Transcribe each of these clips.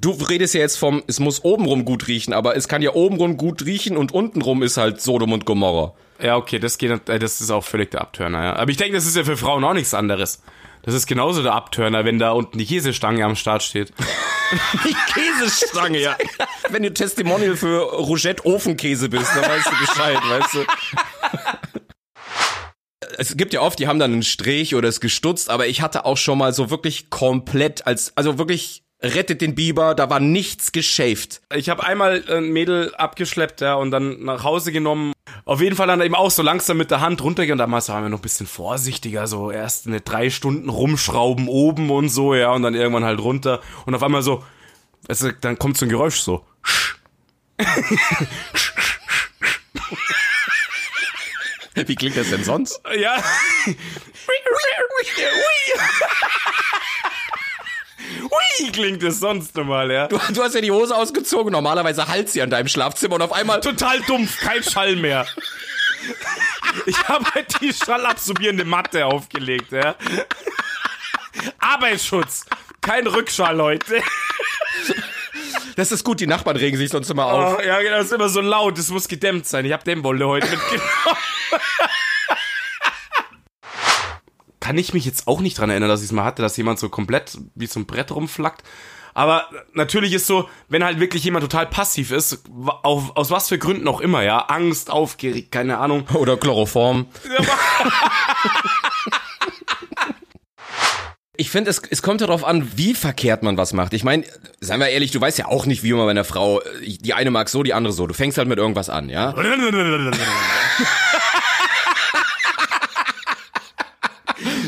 du redest ja jetzt vom, es muss obenrum gut riechen, aber es kann ja obenrum gut riechen und untenrum ist halt Sodom und Gomorra. Ja, okay, das geht, äh, das ist auch völlig der Abtörner, ja. Aber ich denke, das ist ja für Frauen auch nichts anderes. Das ist genauso der Abtörner, wenn da unten die Käsestange am Start steht. Die Käsestange, ja. Wenn du Testimonial für Rougette-Ofenkäse bist, dann weißt du Bescheid, weißt du. Es gibt ja oft, die haben dann einen Strich oder es gestutzt, aber ich hatte auch schon mal so wirklich komplett als, also wirklich rettet den Biber, da war nichts geschäft. Ich habe einmal ein Mädel abgeschleppt, ja, und dann nach Hause genommen. Auf jeden Fall dann eben auch so langsam mit der Hand runtergehen. Damals waren wir noch ein bisschen vorsichtiger, so erst eine drei Stunden rumschrauben oben und so, ja, und dann irgendwann halt runter. Und auf einmal so, also, dann kommt so ein Geräusch so. Wie klingt das denn sonst? Ja. Hui, klingt es sonst normal, ja. Du, du hast ja die Hose ausgezogen, normalerweise halt sie an deinem Schlafzimmer und auf einmal Total dumpf, kein Schall mehr. Ich habe halt die schallabsorbierende Matte aufgelegt, ja. Arbeitsschutz, kein Rückschall heute. Das ist gut, die Nachbarn regen sich sonst immer auf. Oh, ja, genau, das ist immer so laut, das muss gedämmt sein. Ich habe Dämmwolle heute mitgenommen. Kann ich mich jetzt auch nicht dran erinnern, dass ich es mal hatte, dass jemand so komplett wie so ein Brett rumflackt. Aber natürlich ist so, wenn halt wirklich jemand total passiv ist, wa- auf, aus was für Gründen auch immer, ja, Angst, aufgeregt, keine Ahnung. Oder Chloroform. Ich finde, es, es kommt darauf an, wie verkehrt man was macht. Ich meine, seien wir ehrlich, du weißt ja auch nicht, wie man bei einer Frau, äh, die eine mag so, die andere so. Du fängst halt mit irgendwas an, ja?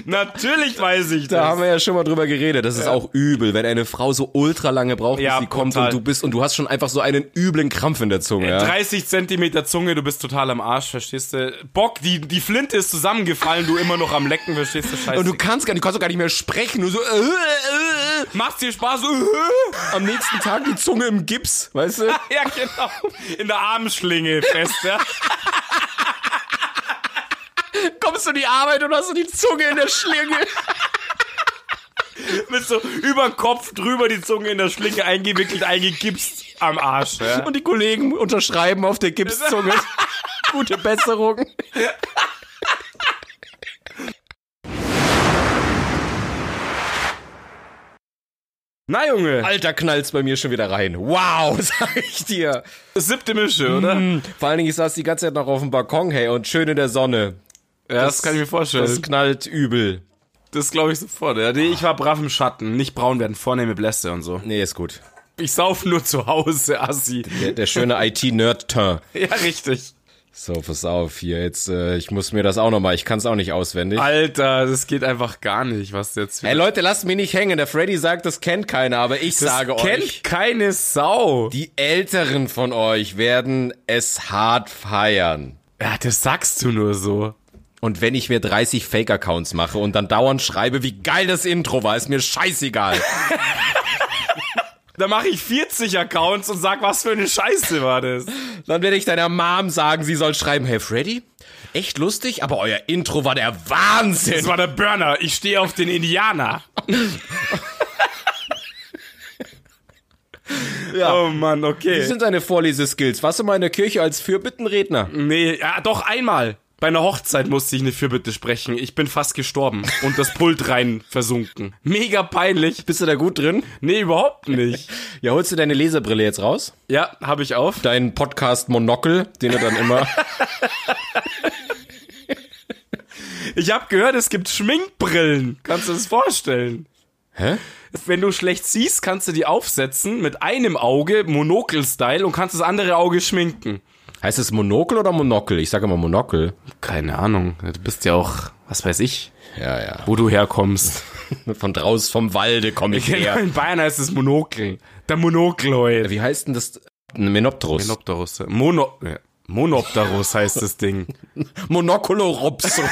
natürlich weiß ich Da das. haben wir ja schon mal drüber geredet. Das ist auch übel, wenn eine Frau so ultra lange braucht, Ja, bis sie kommt brutal. und du bist und du hast schon einfach so einen üblen Krampf in der Zunge. Ja? 30 Zentimeter Zunge, du bist total am Arsch, verstehst du? Bock, die, die Flinte ist zusammengefallen, du immer noch am Lecken, verstehst du? Scheiße. Und du kannst gar nicht, du kannst doch gar nicht mehr sprechen. Nur so äh, äh, äh. machst dir Spaß. am nächsten Tag die Zunge im Gips, weißt du? ja, genau. In der Armschlinge fest, ja. Kommst du in die Arbeit und hast du die Zunge in der Schlinge. Mit so über den Kopf drüber die Zunge in der Schlinge eingewickelt, eingegipst am Arsch, ja. Und die Kollegen unterschreiben auf der Gipszunge. Gute Besserung. Na, Junge. Alter, knallt's bei mir schon wieder rein. Wow, sag ich dir. Siebte Mm, Mische, oder? Vor allen Dingen, ich saß die ganze Zeit noch auf dem Balkon, hey, und schön in der Sonne. Ja, das, kann ich mir vorstellen. Das knallt übel. das glaube ich sofort, ja. Nee, ich war brav im Schatten. Nicht braun werden, vornehme Blässe und so. Nee, ist gut. Ich sauf nur zu Hause, Assi. Der, der schöne IT-Nerd-Turn. Ja, richtig. So, pass auf hier. Jetzt, äh, ich muss mir das auch nochmal. Ich kann's auch nicht auswendig. Alter, das geht einfach gar nicht, was du jetzt Ey, Leute, lasst mich nicht hängen. Der Freddy sagt, das kennt keiner, aber ich sage das kennt euch. keine Sau. Die Älteren von euch werden es hart feiern. Ja, das sagst du nur so. Und wenn ich mir 30 Fake-Accounts mache und dann dauernd schreibe, wie geil das Intro war, ist mir scheißegal. Da mache ich 40 Accounts und sag, was für eine Scheiße war das. dann werde ich deiner Mom sagen, sie soll schreiben, hey Freddy, echt lustig, aber euer Intro war der Das Wahnsinn. war der Burner. Ich stehe auf den Indianer. Oh Mann, Wie okay. sind deine Vorleseskills? Warst du mal in der Kirche als Fürbittenredner? Nee, ja, doch einmal. Bei einer Hochzeit musste ich eine Fürbitte sprechen. Ich bin fast gestorben und das Pult rein versunken. Mega peinlich. Bist du da gut drin? Nee, überhaupt nicht. Ja, holst du deine Lesebrille jetzt raus? Ja, habe ich auf. Dein Podcast-Monokel, den du dann immer... Ich habe gehört, es gibt Schminkbrillen. Kannst du das vorstellen? Hä? Wenn du schlecht siehst, kannst du die aufsetzen mit einem Auge, Monokel-Style, und kannst das andere Auge schminken. Heißt es Monokel oder Monokel? Ich sage immer Monokel. Keine Ahnung. Du bist ja auch, was weiß ich, Ja, ja. wo du herkommst. Genau, Von draußen, vom Walde komme ich her. In Bayern heißt es Monokel. Der Monokel heute. Wie heißt denn das? Menopterus. Monopterus. Mono ja. Monopterus heißt das Ding. Monoculoropso.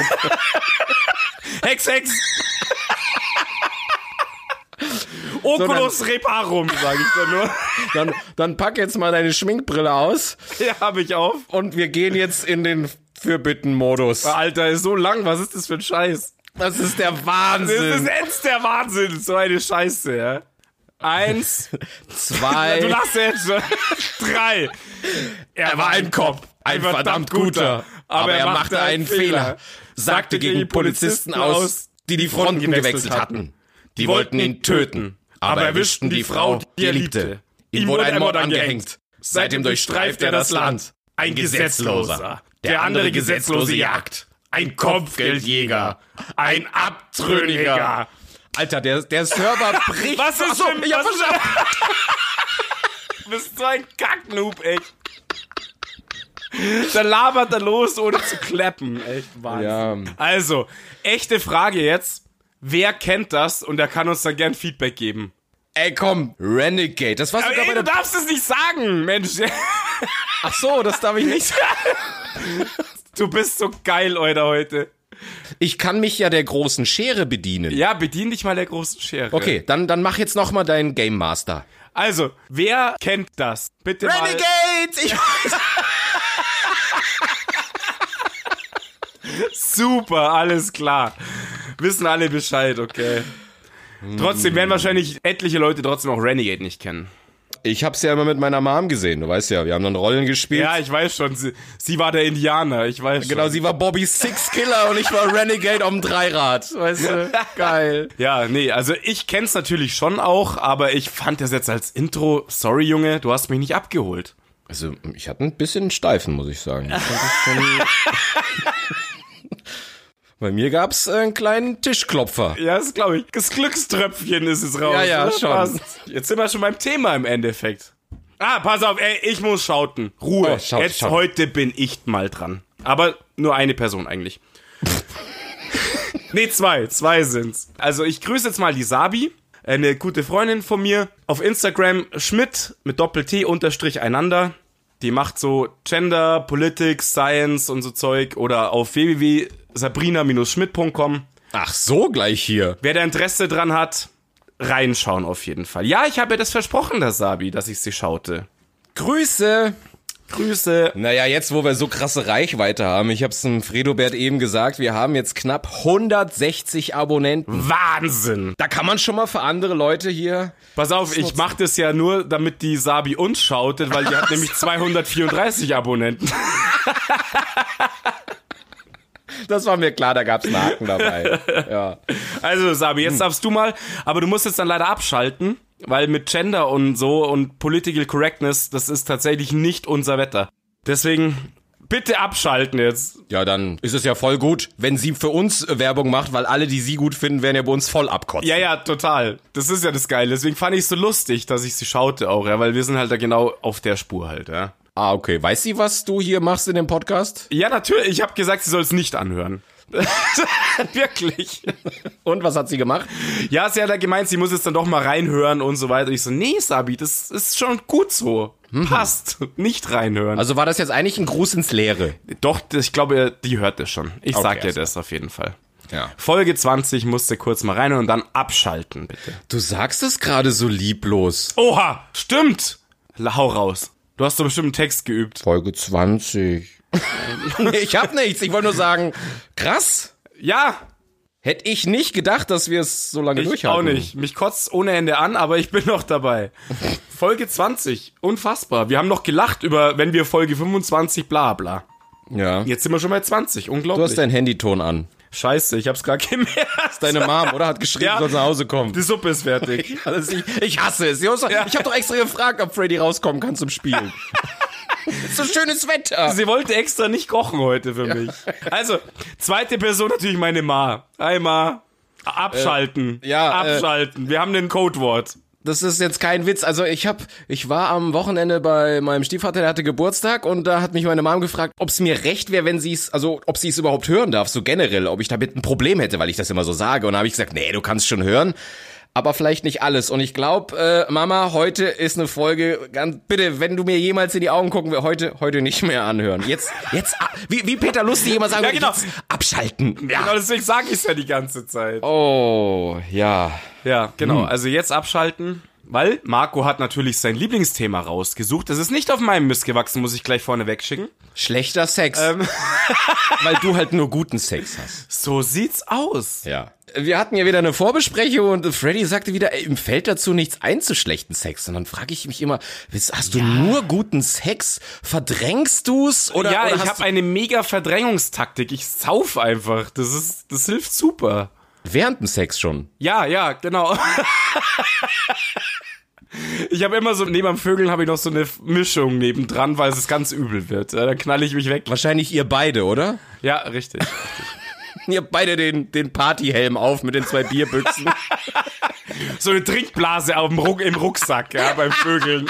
Hex, Hex! Oculus Reparum, sage ich da nur. dann, dann pack jetzt mal deine Schminkbrille aus Ja, habe ich auf. und wir gehen jetzt in den Fürbitten-Modus. Alter, ist so lang. Was ist das für ein Scheiß? Das ist der Das ist Wahnsinn. jetzt der Wahnsinn. So eine Scheiße, ja. Eins. Zwei. Du lachst jetzt schon. Drei. Er war ein Cop, ein verdammt guter, aber er machte einen Fehler, sagte gegen Polizisten aus, die die Fronten gewechselt hatten. Die wollten ihn töten, aber erwischten die Frau, die er liebte. Ihm wurde ein Mord angehängt. Seitdem durchstreift er das Land. Ein Gesetzloser, der andere Gesetzlose jagt. Ein Kopfgeldjäger, ein Abtrünniger. Alter, der, der Server bricht. Was ist Achso, denn- ich hab was ist verstanden. Du bist so ein Kacknoob, echt. Da labert er los, ohne zu klappen. Echt Wahnsinn. Ja. Also, echte Frage jetzt. Wer kennt das und der kann uns dann gern Feedback geben? Ey, komm, Renegade. Das war Aber sogar ey, bei du der. darfst es nicht sagen, Mensch. Ach so, das darf ich nicht sagen. Du bist so geil, Alter, heute. Ich kann mich ja der großen Schere bedienen. Ja, bedien dich mal der großen Schere. Okay, dann, dann mach jetzt nochmal deinen Game Master. Also, wer kennt das? Bitte mal. Renegades! Ich Super, alles klar. Wissen alle Bescheid, okay. Trotzdem werden wahrscheinlich etliche Leute trotzdem auch Renegade nicht kennen. Ich hab's ja immer mit meiner Mom gesehen, du weißt ja, wir haben dann Rollen gespielt. Ja, ich weiß schon, sie, sie war der Indianer, ich weiß Genau, schon. sie war Bobby Six Killer und ich war Renegade am Dreirad. Weißt du? Geil. Ja, nee, also ich kenn's natürlich schon auch, aber ich fand das jetzt als Intro, sorry Junge, du hast mich nicht abgeholt. Also, ich hatte ein bisschen einen Steifen, muss ich sagen. Ich fand das schon- Bei mir gab's äh, einen kleinen Tischklopfer. Ja, das glaube ich. Das Glückströpfchen ist es raus. Ja, ja, oder? schon. Passt. Jetzt sind wir schon beim Thema im Endeffekt. Ah, pass auf, ey, ich muss schauten. Ruhe. Oh, schaut, Jetzt schaut. heute bin ich mal dran. Aber nur eine Person eigentlich. nee, zwei. Zwei sind's. Also ich grüße jetzt mal die Sabi, eine gute Freundin von mir. Auf Instagram Schmidt mit Doppel-T unterstrich einander. Die macht so Gender, Politik, Science und so Zeug. Oder auf www.sabrina-schmidt.com. Ach so, gleich hier. Wer da Interesse dran hat, reinschauen auf jeden Fall. Ja, ich habe ihr das versprochen, der Sabi, dass ich sie schaute. Grüße! Grüße. Naja, jetzt, wo wir so krasse Reichweite haben, ich hab's dem Fredobert eben gesagt, wir haben jetzt knapp 160 Abonnenten. Wahnsinn. Da kann man schon mal für andere Leute hier Pass auf, ich mache das ja nur, damit die Sabi uns schautet, weil die hat nämlich 234 Abonnenten. Das war mir klar, da gab's einen Haken dabei. Ja. Also Sabi, jetzt darfst du mal, aber du musst jetzt dann leider abschalten, weil mit Gender und so und Political Correctness, das ist tatsächlich nicht unser Wetter. Deswegen bitte abschalten jetzt. ja, dann ist es ja voll gut, wenn sie für uns äh, Werbung macht, weil alle, die sie gut finden, werden ja bei uns voll abkotzen. Ja, ja, total. Das ist ja das Geile. Deswegen fand ich es so lustig, dass ich sie schaute auch, ja, weil wir sind halt da genau auf der Spur halt, ja. Ah, okay. Weiß sie, was du hier machst in dem Podcast? Ja, natürlich. Ich habe gesagt, sie soll es nicht anhören. Wirklich. Und was hat sie gemacht? Ja, sie hat ja gemeint, sie muss jetzt dann doch mal reinhören und so weiter. Ich so, nee, Sabi, das ist schon gut so. Mhm. Passt. Nicht reinhören. Also war das jetzt eigentlich ein Gruß ins Leere. Doch, das- ich glaube, die hört das schon. Ich sag Also- Okay, dir also. das auf jeden Fall. Ja. Folge 20 musste kurz mal reinhören und dann abschalten, bitte. Du sagst es gerade so lieblos. Oha, stimmt. Hau raus. Du hast doch bestimmt einen Text geübt. Folge 20. nee, ich hab nichts. Ich wollte nur sagen, krass. Ja, Hätte ich nicht gedacht, dass wir es so lange Ich auch durchhalten. nicht. Mich kotzt ohne Ende an, aber ich bin noch dabei. Folge 20. Unfassbar. Wir haben noch gelacht über, wenn wir Folge 25 bla bla. Ja. Jetzt sind wir schon bei 20. Du Unglaublich. hast deinen Handyton an. Scheiße, ich hab's gerade gemerkt. Deine Mom, oder? Hat geschrieben, Ja. soll nach Hause kommen. Die Suppe ist fertig. Also ich, ich hasse es. Ich habe hab doch extra gefragt, ob Freddy rauskommen kann zum Spielen. so schönes Wetter. Sie wollte extra nicht kochen heute für mich. Also, zweite Person natürlich meine Ma. Hi Ma. Abschalten. ja, äh, Abschalten. wir haben den Codewort. Das ist jetzt kein Witz. Also ich hab, ich war am Wochenende bei meinem Stiefvater, der hatte Geburtstag und da hat mich meine Mom gefragt, ob es mir recht wäre, wenn sie es, also ob sie es überhaupt hören darf, so generell, ob ich damit ein Problem hätte, weil ich das immer so sage. Und da habe ich gesagt, nee, du kannst schon hören. Aber vielleicht nicht alles. Und ich glaube, äh, Mama, heute ist eine Folge. Ganz, bitte, wenn du mir jemals in die Augen gucken willst, heute, heute nicht mehr anhören. Jetzt, jetzt, ab- wie, wie Peter Lustig immer sagen Ja, würde, genau. jetzt abschalten. Genau deswegen sage ich's ja die ganze Zeit. Oh, Hm. ja. Ja, genau. Also jetzt abschalten, weil Marco hat natürlich sein Lieblingsthema rausgesucht. Das ist nicht auf meinem Mist gewachsen, muss ich gleich vorne wegschicken. Ähm. Schlechter Sex. Weil du halt nur guten Sex hast. So sieht's aus. Ja. wir hatten ja wieder eine Vorbesprechung und Freddy sagte wieder, ey, ihm fällt dazu nichts ein zu schlechten Sex. Und dann frage ich mich immer, hast du nur guten Sex? Verdrängst du's? Oder, ja, oder ich hast habe eine mega Verdrängungstaktik. Ich sauf einfach. Das ist, das hilft super. du während dem Sex schon? Ja, ja, genau. Ich habe immer so, neben am Vögeln habe ich noch so eine Mischung nebendran, weil es ganz übel wird. Ja, Dann knall ich mich weg. Wahrscheinlich ihr beide, oder? Ja, richtig. Ihr habt beide den, den Partyhelm auf mit den zwei Bierbüchsen. So eine Trinkblase auf dem Ruck, im Rucksack, ja, beim Vögeln.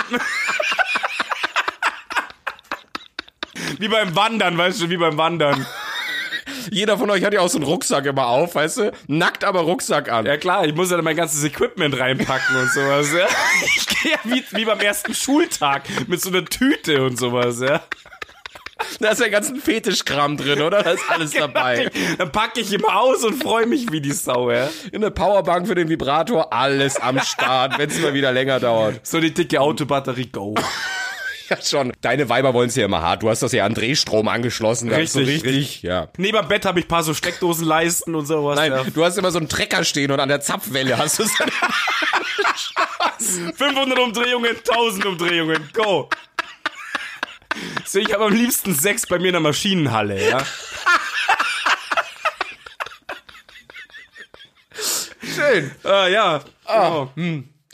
Wie beim Wandern, weißt du, wie beim Wandern. Jeder von euch hat ja auch so einen Rucksack immer auf, weißt du? Nackt aber Rucksack an. Ja klar, ich muss ja mein ganzes Equipment reinpacken und sowas, ja. Ich gehe ja wie, wie beim ersten Schultag mit so einer Tüte und sowas, ja. Da ist ja ganzen Fetischkram drin, oder? Genau. Da ist alles dabei. Dann packe ich immer aus und freue mich wie die Sau, ja. In der Powerbank für den Vibrator, alles am Start, wenn es mal wieder länger dauert. So die dicke Autobatterie, go. Ja, schon. Deine Weiber wollen es ja immer hart. Du hast das ja an Drehstrom angeschlossen. ganz so Richtig, richtig, ja. Neben dem Bett habe ich ein paar so Steckdosenleisten und sowas. Nein, ja. du hast immer so einen Trecker stehen und an der Zapfwelle hast du es. 500 Umdrehungen, 1000 Umdrehungen, go. So, ich habe am liebsten sechs bei mir in der Maschinenhalle, ja. Schön. Äh, ja, genau.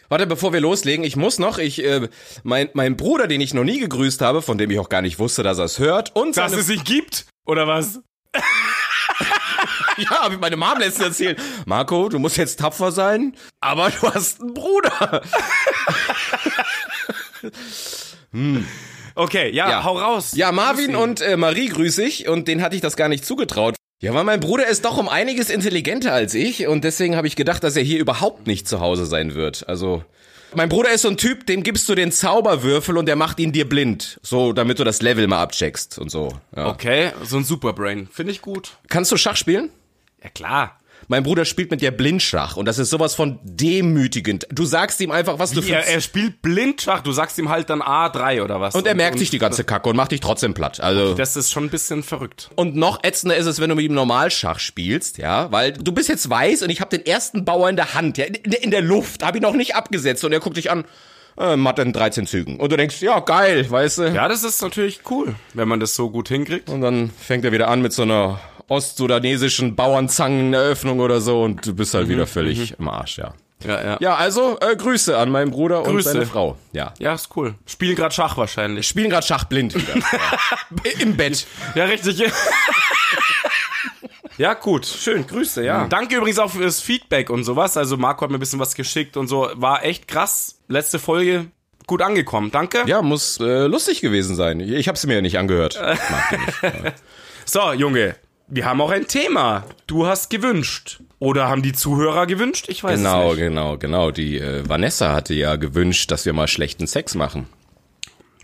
Warte, bevor wir loslegen, ich muss noch, ich, äh, mein, mein Bruder, den ich noch nie gegrüßt habe, von dem ich auch gar nicht wusste, dass er es hört, und Dass seine es sich gibt, oder was? Ja, hab ich meine Mom letztens erzählt. Marco, du musst jetzt tapfer sein, aber du hast einen Bruder. Okay, ja, Ja. hau raus. Ja, Marvin und äh, Marie grüß ich und denen hatte ich das gar nicht zugetraut. Ja, weil mein Bruder ist doch um einiges intelligenter als ich und deswegen habe ich gedacht, dass er hier überhaupt nicht zu Hause sein wird. Also, mein Bruder ist so ein Typ, dem gibst du den Zauberwürfel und der macht ihn dir blind. So, damit du das Level mal abcheckst und so. Ja. Okay, so ein Superbrain. Finde ich gut. Kannst du Schach spielen? Ja, klar. Mein Bruder spielt mit dir Blindschach und das ist sowas von demütigend. Du sagst ihm einfach, was du für Er, er spielt Blindschach. Du sagst ihm halt dann A3 oder was. Und er merkt sich die ganze Kacke und macht dich trotzdem platt. Also Das ist schon ein bisschen verrückt. und noch ätzender ist es, wenn du mit ihm Normalschach spielst, ja, weil du bist jetzt weiß und ich habe den ersten Bauer in der Hand, ja, in, in der Luft, habe ihn noch nicht abgesetzt und er guckt dich an, äh, Mathe in 13 Zügen und du denkst, ja geil, weißt du. Ja, das ist natürlich cool, wenn man das so gut hinkriegt. Und dann fängt er wieder an mit so einer ostsudanesischen Bauernzangeneröffnung oder so und du bist halt Mhm, wieder völlig im Arsch, ja. Ja, ja. Ja, also äh, Grüße an meinen Bruder und Grüße. seine Frau. Ja. Ja, ist cool. Spielen gerade Schach wahrscheinlich. Spielen gerade Schach blind wieder. ja. Im Bett. Ja, richtig. Ja, gut. Schön, Grüße, ja. Mhm. Danke übrigens auch fürs Feedback und sowas. Also Marco hat mir ein bisschen was geschickt und so. War echt krass. Letzte Folge gut angekommen. Danke. Ja, muss äh, lustig gewesen sein. Ich habe sie mir ja nicht angehört. So, Junge, wir haben auch ein Thema. Du hast gewünscht. Oder haben die Zuhörer gewünscht? Ich weiß es Genau, nicht. genau, genau. Die äh, Vanessa hatte ja gewünscht, dass wir mal schlechten Sex machen.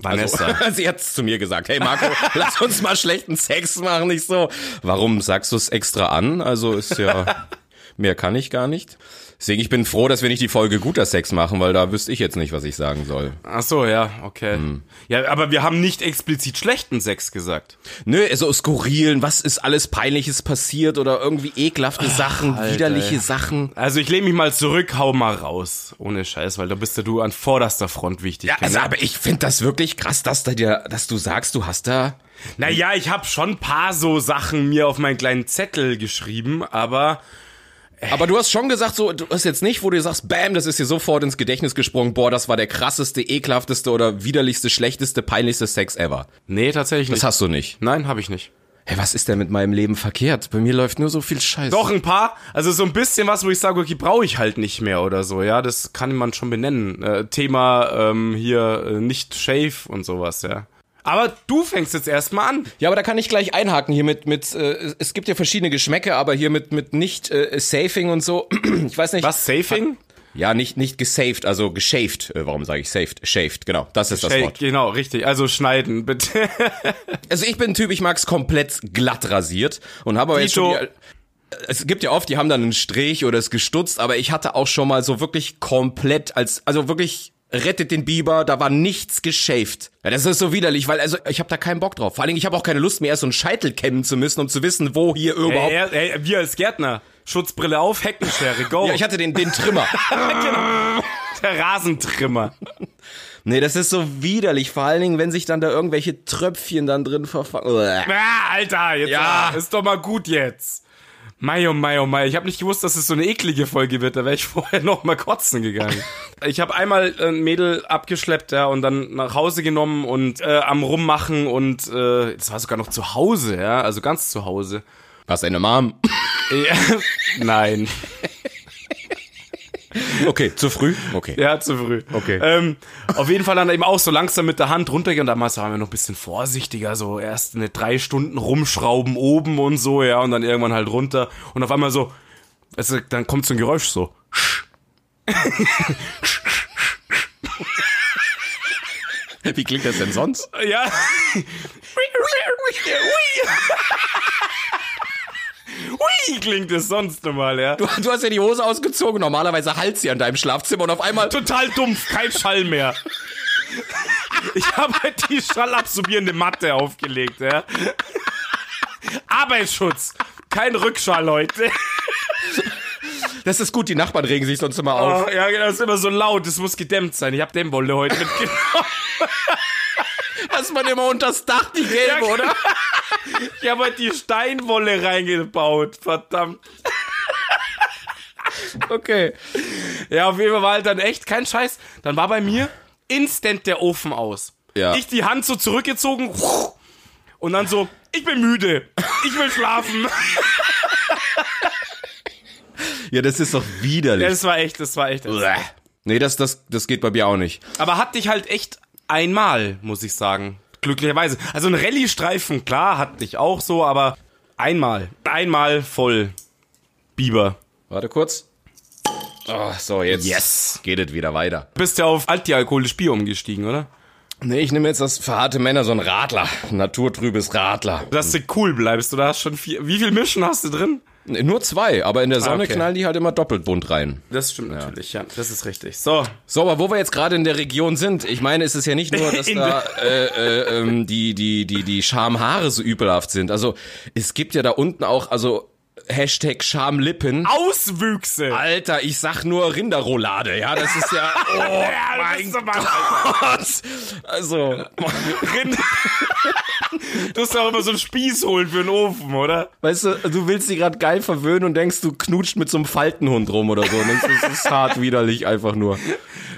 Also- Vanessa. sie hat's zu mir gesagt. Hey Marco, lass uns mal schlechten Sex machen. Ich so, warum sagst du es extra an? Also ist ja, mehr kann ich gar nicht. Deswegen, ich bin froh, dass wir nicht die Folge guter Sex machen, weil da wüsste ich jetzt nicht, was ich sagen soll. Ach so, ja, okay. Ja, aber wir haben nicht explizit schlechten Sex gesagt. Nö, so skurrilen, was ist alles Peinliches passiert oder irgendwie ekelhafte Sachen, widerliche Sachen. Also ich lehne mich mal zurück, hau mal raus. Ohne Scheiß, weil da bist ja du an vorderster Front wichtig. Ja, also, aber ich finde das wirklich krass, dass da dir, dass du sagst, du hast da Naja, ich habe schon ein paar so Sachen mir auf meinen kleinen Zettel geschrieben, aber Aber du hast schon gesagt, so, du hast jetzt nicht, wo du sagst, bam, das ist dir sofort ins Gedächtnis gesprungen, boah, das war der krasseste, ekelhafteste oder widerlichste, schlechteste, peinlichste Sex ever. nee, tatsächlich Das nicht. hast du nicht. Nein, habe ich nicht. Hey, was ist denn mit meinem Leben verkehrt? Bei mir läuft nur so viel Scheiß. Doch ein paar, also so ein bisschen was, wo ich sage, okay, brauche ich halt nicht mehr oder so, ja, das kann man schon benennen. Äh, Thema ähm, hier äh, nicht shave und sowas, ja. Aber du fängst jetzt erstmal an. Ja, aber da kann ich gleich einhaken hier mit, mit äh, es gibt ja verschiedene Geschmäcke, aber hier mit, mit nicht äh, Safing und so. Ich weiß nicht. Was, Safing? Ja, nicht, nicht gesaved, also geshaved. Äh, warum sage ich saved? Shaved, genau. Das ist das Hey, Wort. genau, richtig. Also schneiden, bitte. Also ich bin ein Typ, ich mag's komplett glatt rasiert und habe aber jetzt schon Dito. die, es gibt ja oft, die haben dann einen Strich oder es gestutzt, aber ich hatte auch schon mal so wirklich komplett als also wirklich rettet den Biber, da war nichts geschäft. Ja, das ist so widerlich, weil also ich habe da keinen Bock drauf. Vor allen Dingen, ich habe auch keine Lust mir erst so einen Scheitel kämmen zu müssen, um zu wissen, wo hier überhaupt Ey, ey, wir als Gärtner. Schutzbrille auf, Heckenschere, go. Ja, ich hatte den, den Trimmer. genau. Der Rasentrimmer. Nee, das ist so widerlich. Vor allen Dingen, wenn sich dann da irgendwelche Tröpfchen dann drin verfangen. Uah. Ah, Alter, jetzt Ja. ah, ist doch mal gut jetzt. Mai, oh Mai, oh Mai. Ich habe nicht gewusst, dass es so eine eklige Folge wird. Da wäre ich vorher noch mal kotzen gegangen. ich habe einmal ein Mädel abgeschleppt ja, und dann nach Hause genommen und äh, am Rummachen und äh, das war sogar noch zu Hause, ja, also ganz zu Hause. Was, eine Mom? Ja, nein. Okay, zu früh? Okay. Ja, zu früh. Okay. Ähm, auf jeden Fall dann eben auch so langsam mit der Hand runtergehen. Und damals waren wir noch ein bisschen vorsichtiger, so erst eine drei Stunden rumschrauben oben und so, ja, und dann irgendwann halt runter. Und auf einmal so, also, dann kommt so ein Geräusch so. Wie klingt das denn sonst? Ja. Ui, klingt es sonst normal, ja. Du, du hast ja die Hose ausgezogen. Normalerweise halt sie an deinem Schlafzimmer und auf einmal. Total dumpf, kein Schall mehr. Ich habe halt die schallabsorbierende Matte aufgelegt, ja. Arbeitsschutz. Kein Rückschall, Leute. Das ist gut, die Nachbarn regen sich sonst immer auf. Oh, ja, genau, das ist immer so laut. Es muss gedämmt sein. Ich habe Dämmwolle heute mitgenommen. Dass man immer unters Dach die gelbe, Ja, oder? Ich habe heute die Steinwolle reingebaut. Verdammt. genau. Okay. Ja, auf jeden Fall war halt dann echt kein Scheiß. Dann war bei mir instant der Ofen aus. Ja. Ich die Hand so zurückgezogen und dann so, ich bin müde. Ich will schlafen. Ja, das ist doch widerlich. Das war echt, das war echt. Bäh. nee, das, das, das geht bei mir auch nicht. Aber hat dich halt echt einmal, muss ich sagen. Glücklicherweise. Also ein Rallye-Streifen, klar, hat dich auch so, aber einmal. Einmal voll Biber. Warte kurz. Oh, so, jetzt Yes. geht es wieder weiter. Bist ja auf antialkoholisch Bier umgestiegen, oder? Nee, ich nehme jetzt das für harte Männer so ein Radler. Ein Naturtrübes Radler. Dass du cool bleibst, oder hast schon viel. Wie viel Mischen hast du drin? Nee, Nur zwei, aber in der Sonne okay. knallen die halt immer doppelt bunt rein. Das stimmt natürlich, ja. Das ist richtig. So. So, aber wo wir jetzt gerade in der Region sind, ich meine, es ist ja nicht nur, dass In da äh, äh, ähm, die, die, die, die Schamhaare so übelhaft sind. Also es gibt ja da unten auch, also Hashtag Schamlippen. Auswüchse! Alter, ich sag nur Rinderroulade, ja, das ist ja, oh Ja, das mein ist aber- Gott. Also, Rind. du hast auch immer so einen Spieß holen für den Ofen, oder? weißt du, du willst die gerade geil verwöhnen und denkst, du knutscht mit so einem Faltenhund rum oder so. Und denkst, das ist hart widerlich einfach nur.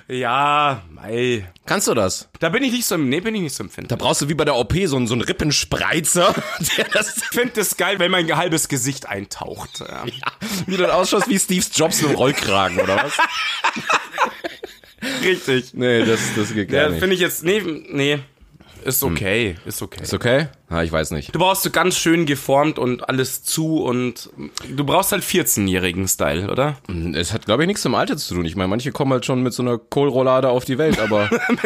Ja, mei. Kannst du das? Da bin ich nicht so, nee, bin ich nicht so empfindlich. Da brauchst du wie bei der OP so einen, so einen Rippenspreizer, der das Ich finde es geil, wenn mein halbes Gesicht eintaucht. Ja. Wie du dann ausschaust wie Steve Jobs mit dem Rollkragen, oder was? Richtig. Nee, das, das geht Ja, finde ich jetzt, nee, nee. Ist Hm. okay, ist okay. Ist okay? Ah, ich weiß nicht. Du brauchst so ganz schön geformt und alles zu und du brauchst halt 14-jährigen Style, oder? Es hat, glaube ich, nichts mit dem Alter zu tun. Ich meine, manche kommen halt schon mit so einer Kohlroulade auf die Welt, aber...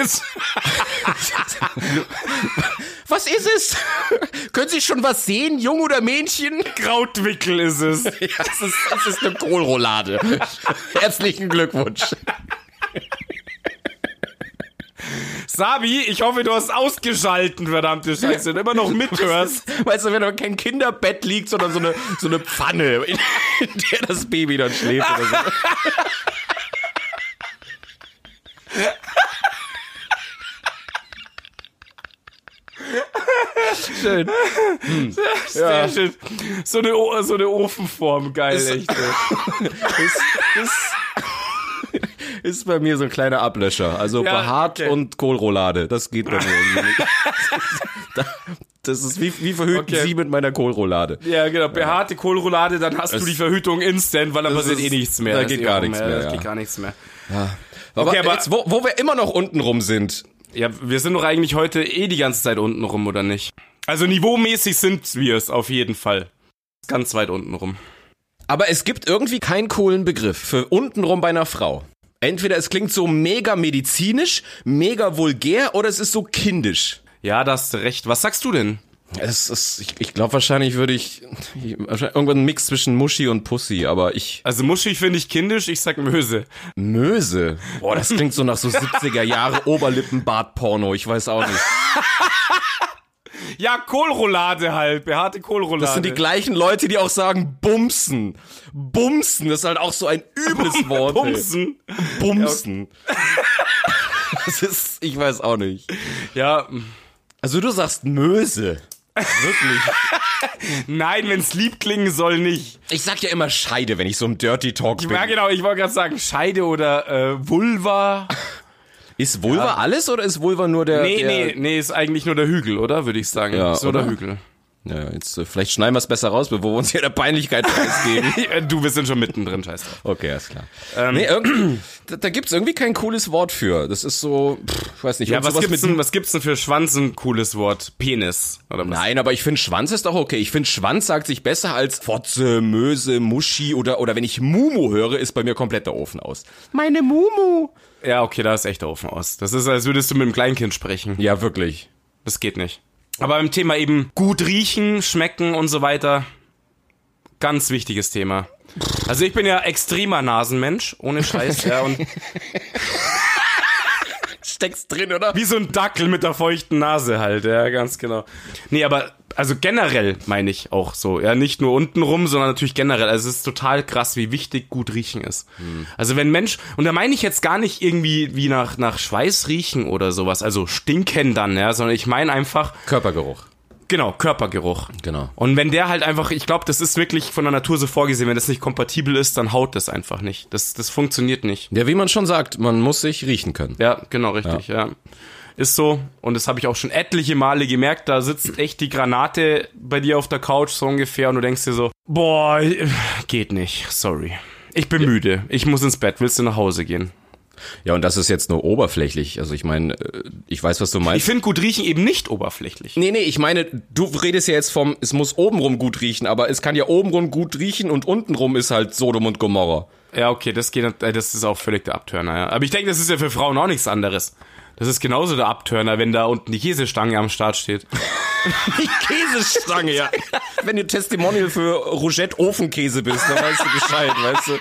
was ist es? Können Sie schon was sehen, Jung oder Mädchen? Krautwickel ist es. Ja, es ist, es ist eine Kohlroulade. Herzlichen Glückwunsch. Sabi, ich hoffe, du hast ausgeschalten, verdammte Scheiße, und immer noch mithörst. Weißt du, wenn da kein Kinderbett liegt, sondern so eine, so eine Pfanne, in, in der das Baby dann schläft oder so. Schön. Sehr schön. So eine, O- so eine Ofenform, geil, Ist- echt. ey. Ist, ist, ist bei mir so ein kleiner Ablöscher. Also Ja, behaart okay. und Kohlroulade. Das geht bei mir irgendwie nicht. Das ist wie, wie verhüten Okay. Sie mit meiner Kohlroulade. Ja, genau. Behaarte Kohlroulade, dann hast du Das- die Verhütung instant, weil dann Das passiert ist- eh nichts mehr. da Das geht ist eh gar auch nichts mehr, Da ja. geht gar nichts mehr. Aber, Okay, aber- jetzt, wo, wo wir immer noch unten rum sind, Ja, wir sind doch eigentlich heute eh die ganze Zeit unten rum, oder nicht? Also niveaumäßig sind wir es auf jeden Fall. Ganz weit unten rum. Aber es gibt irgendwie keinen coolen Begriff für untenrum bei einer Frau. Entweder es klingt so mega medizinisch, mega vulgär oder es ist so kindisch. Ja, da hast du recht. Was sagst du denn? Es ist, ich, ich glaube, wahrscheinlich würde ich, ich wahrscheinlich irgendwann ein Mix zwischen Muschi und Pussy, aber ich. Also muschig finde ich kindisch, ich sag Möse. Möse. Boah, das klingt so nach so 70er Jahre Oberlippenbart-Porno, ich weiß auch nicht. Ja, Kohlroulade halt, behaarte Kohlroulade. Das sind die gleichen Leute, die auch sagen Bumsen. Bumsen ist halt auch so ein übles Wort. Bumsen. Ey. Bumsen. Das ist, ich weiß auch nicht. Ja, Also du sagst Möse. Wirklich. nein, wenn's lieb klingen soll, nicht. Ich sag ja immer Scheide, wenn ich so im Dirty Talk bin. Ja, genau, ich wollte gerade sagen, Scheide oder äh, Vulva. Ist Vulva alles oder ist Vulva nur der... Nee, der, nee, nee, ist eigentlich nur der Hügel, oder? Würde ich sagen. Ja, ist nur der oder? Hügel. Ja, jetzt, äh, vielleicht schneiden wir es besser raus, bevor wir uns hier der Peinlichkeit preisgeben. Du, wir sind schon mittendrin, scheiß drauf. Okay, alles klar. nee, irgendwie, da, da gibt's irgendwie kein cooles Wort für. Das ist so, pff, ich weiß nicht. Ja, und was sowas gibt's, denn, was gibt's denn für Schwanz ein cooles Wort? Penis. Oder was? Nein, aber ich finde Schwanz ist auch okay. Ich finde Schwanz sagt sich besser als Fotze, Möse, Muschi oder oder wenn ich Mumu höre, ist bei mir komplett der Ofen aus. Meine Mumu. Ja, okay, da ist echt der Ofen aus. Das ist, als würdest du mit einem Kleinkind sprechen. Ja, wirklich. Das geht nicht. Aber im Thema eben gut riechen, schmecken und so weiter. Ganz wichtiges Thema. Also ich bin ja extremer Nasenmensch, ohne Scheiß. ja, und Steckst drin, oder? wie so ein Dackel mit der feuchten Nase halt, ja, ganz genau. Nee, aber also generell meine ich auch so, ja, nicht nur unten rum, sondern natürlich generell. Also es ist total krass, wie wichtig gut riechen ist. Also wenn Mensch, und da meine ich jetzt gar nicht irgendwie wie nach nach Schweiß riechen oder sowas, also stinken dann, ja, sondern ich meine einfach Körpergeruch. Genau, Körpergeruch. Genau. Und wenn der halt einfach, ich glaube, das ist wirklich von der Natur so vorgesehen, wenn das nicht kompatibel ist, dann haut das einfach nicht. Das, das funktioniert nicht. Ja, wie man schon sagt, man muss sich riechen können. Ja, genau, richtig, ja. Ist so. Und das habe ich auch schon etliche Male gemerkt. Da sitzt echt die Granate bei dir auf der Couch so ungefähr und du denkst dir so, boah, geht nicht, sorry. Ich bin müde, ich muss ins Bett, willst du nach Hause gehen? Ja, und das ist jetzt nur oberflächlich. Also ich meine, äh, ich weiß, was du meinst. Ich finde gut riechen eben nicht oberflächlich. Nee, nee, ich meine, du redest ja jetzt vom, es muss obenrum gut riechen, aber es kann ja obenrum gut riechen und untenrum ist halt Sodom und Gomorra. Ja, okay, das geht, äh, das ist auch völlig der Abtörner, ja. Aber ich denke, das ist ja für Frauen auch nichts anderes. Das ist genauso der Abtörner, wenn da unten die Käsestange am Start steht. Die Käsestange, ja. Wenn du Testimonial für Rougette Ofenkäse bist, dann weißt du Bescheid, weißt du.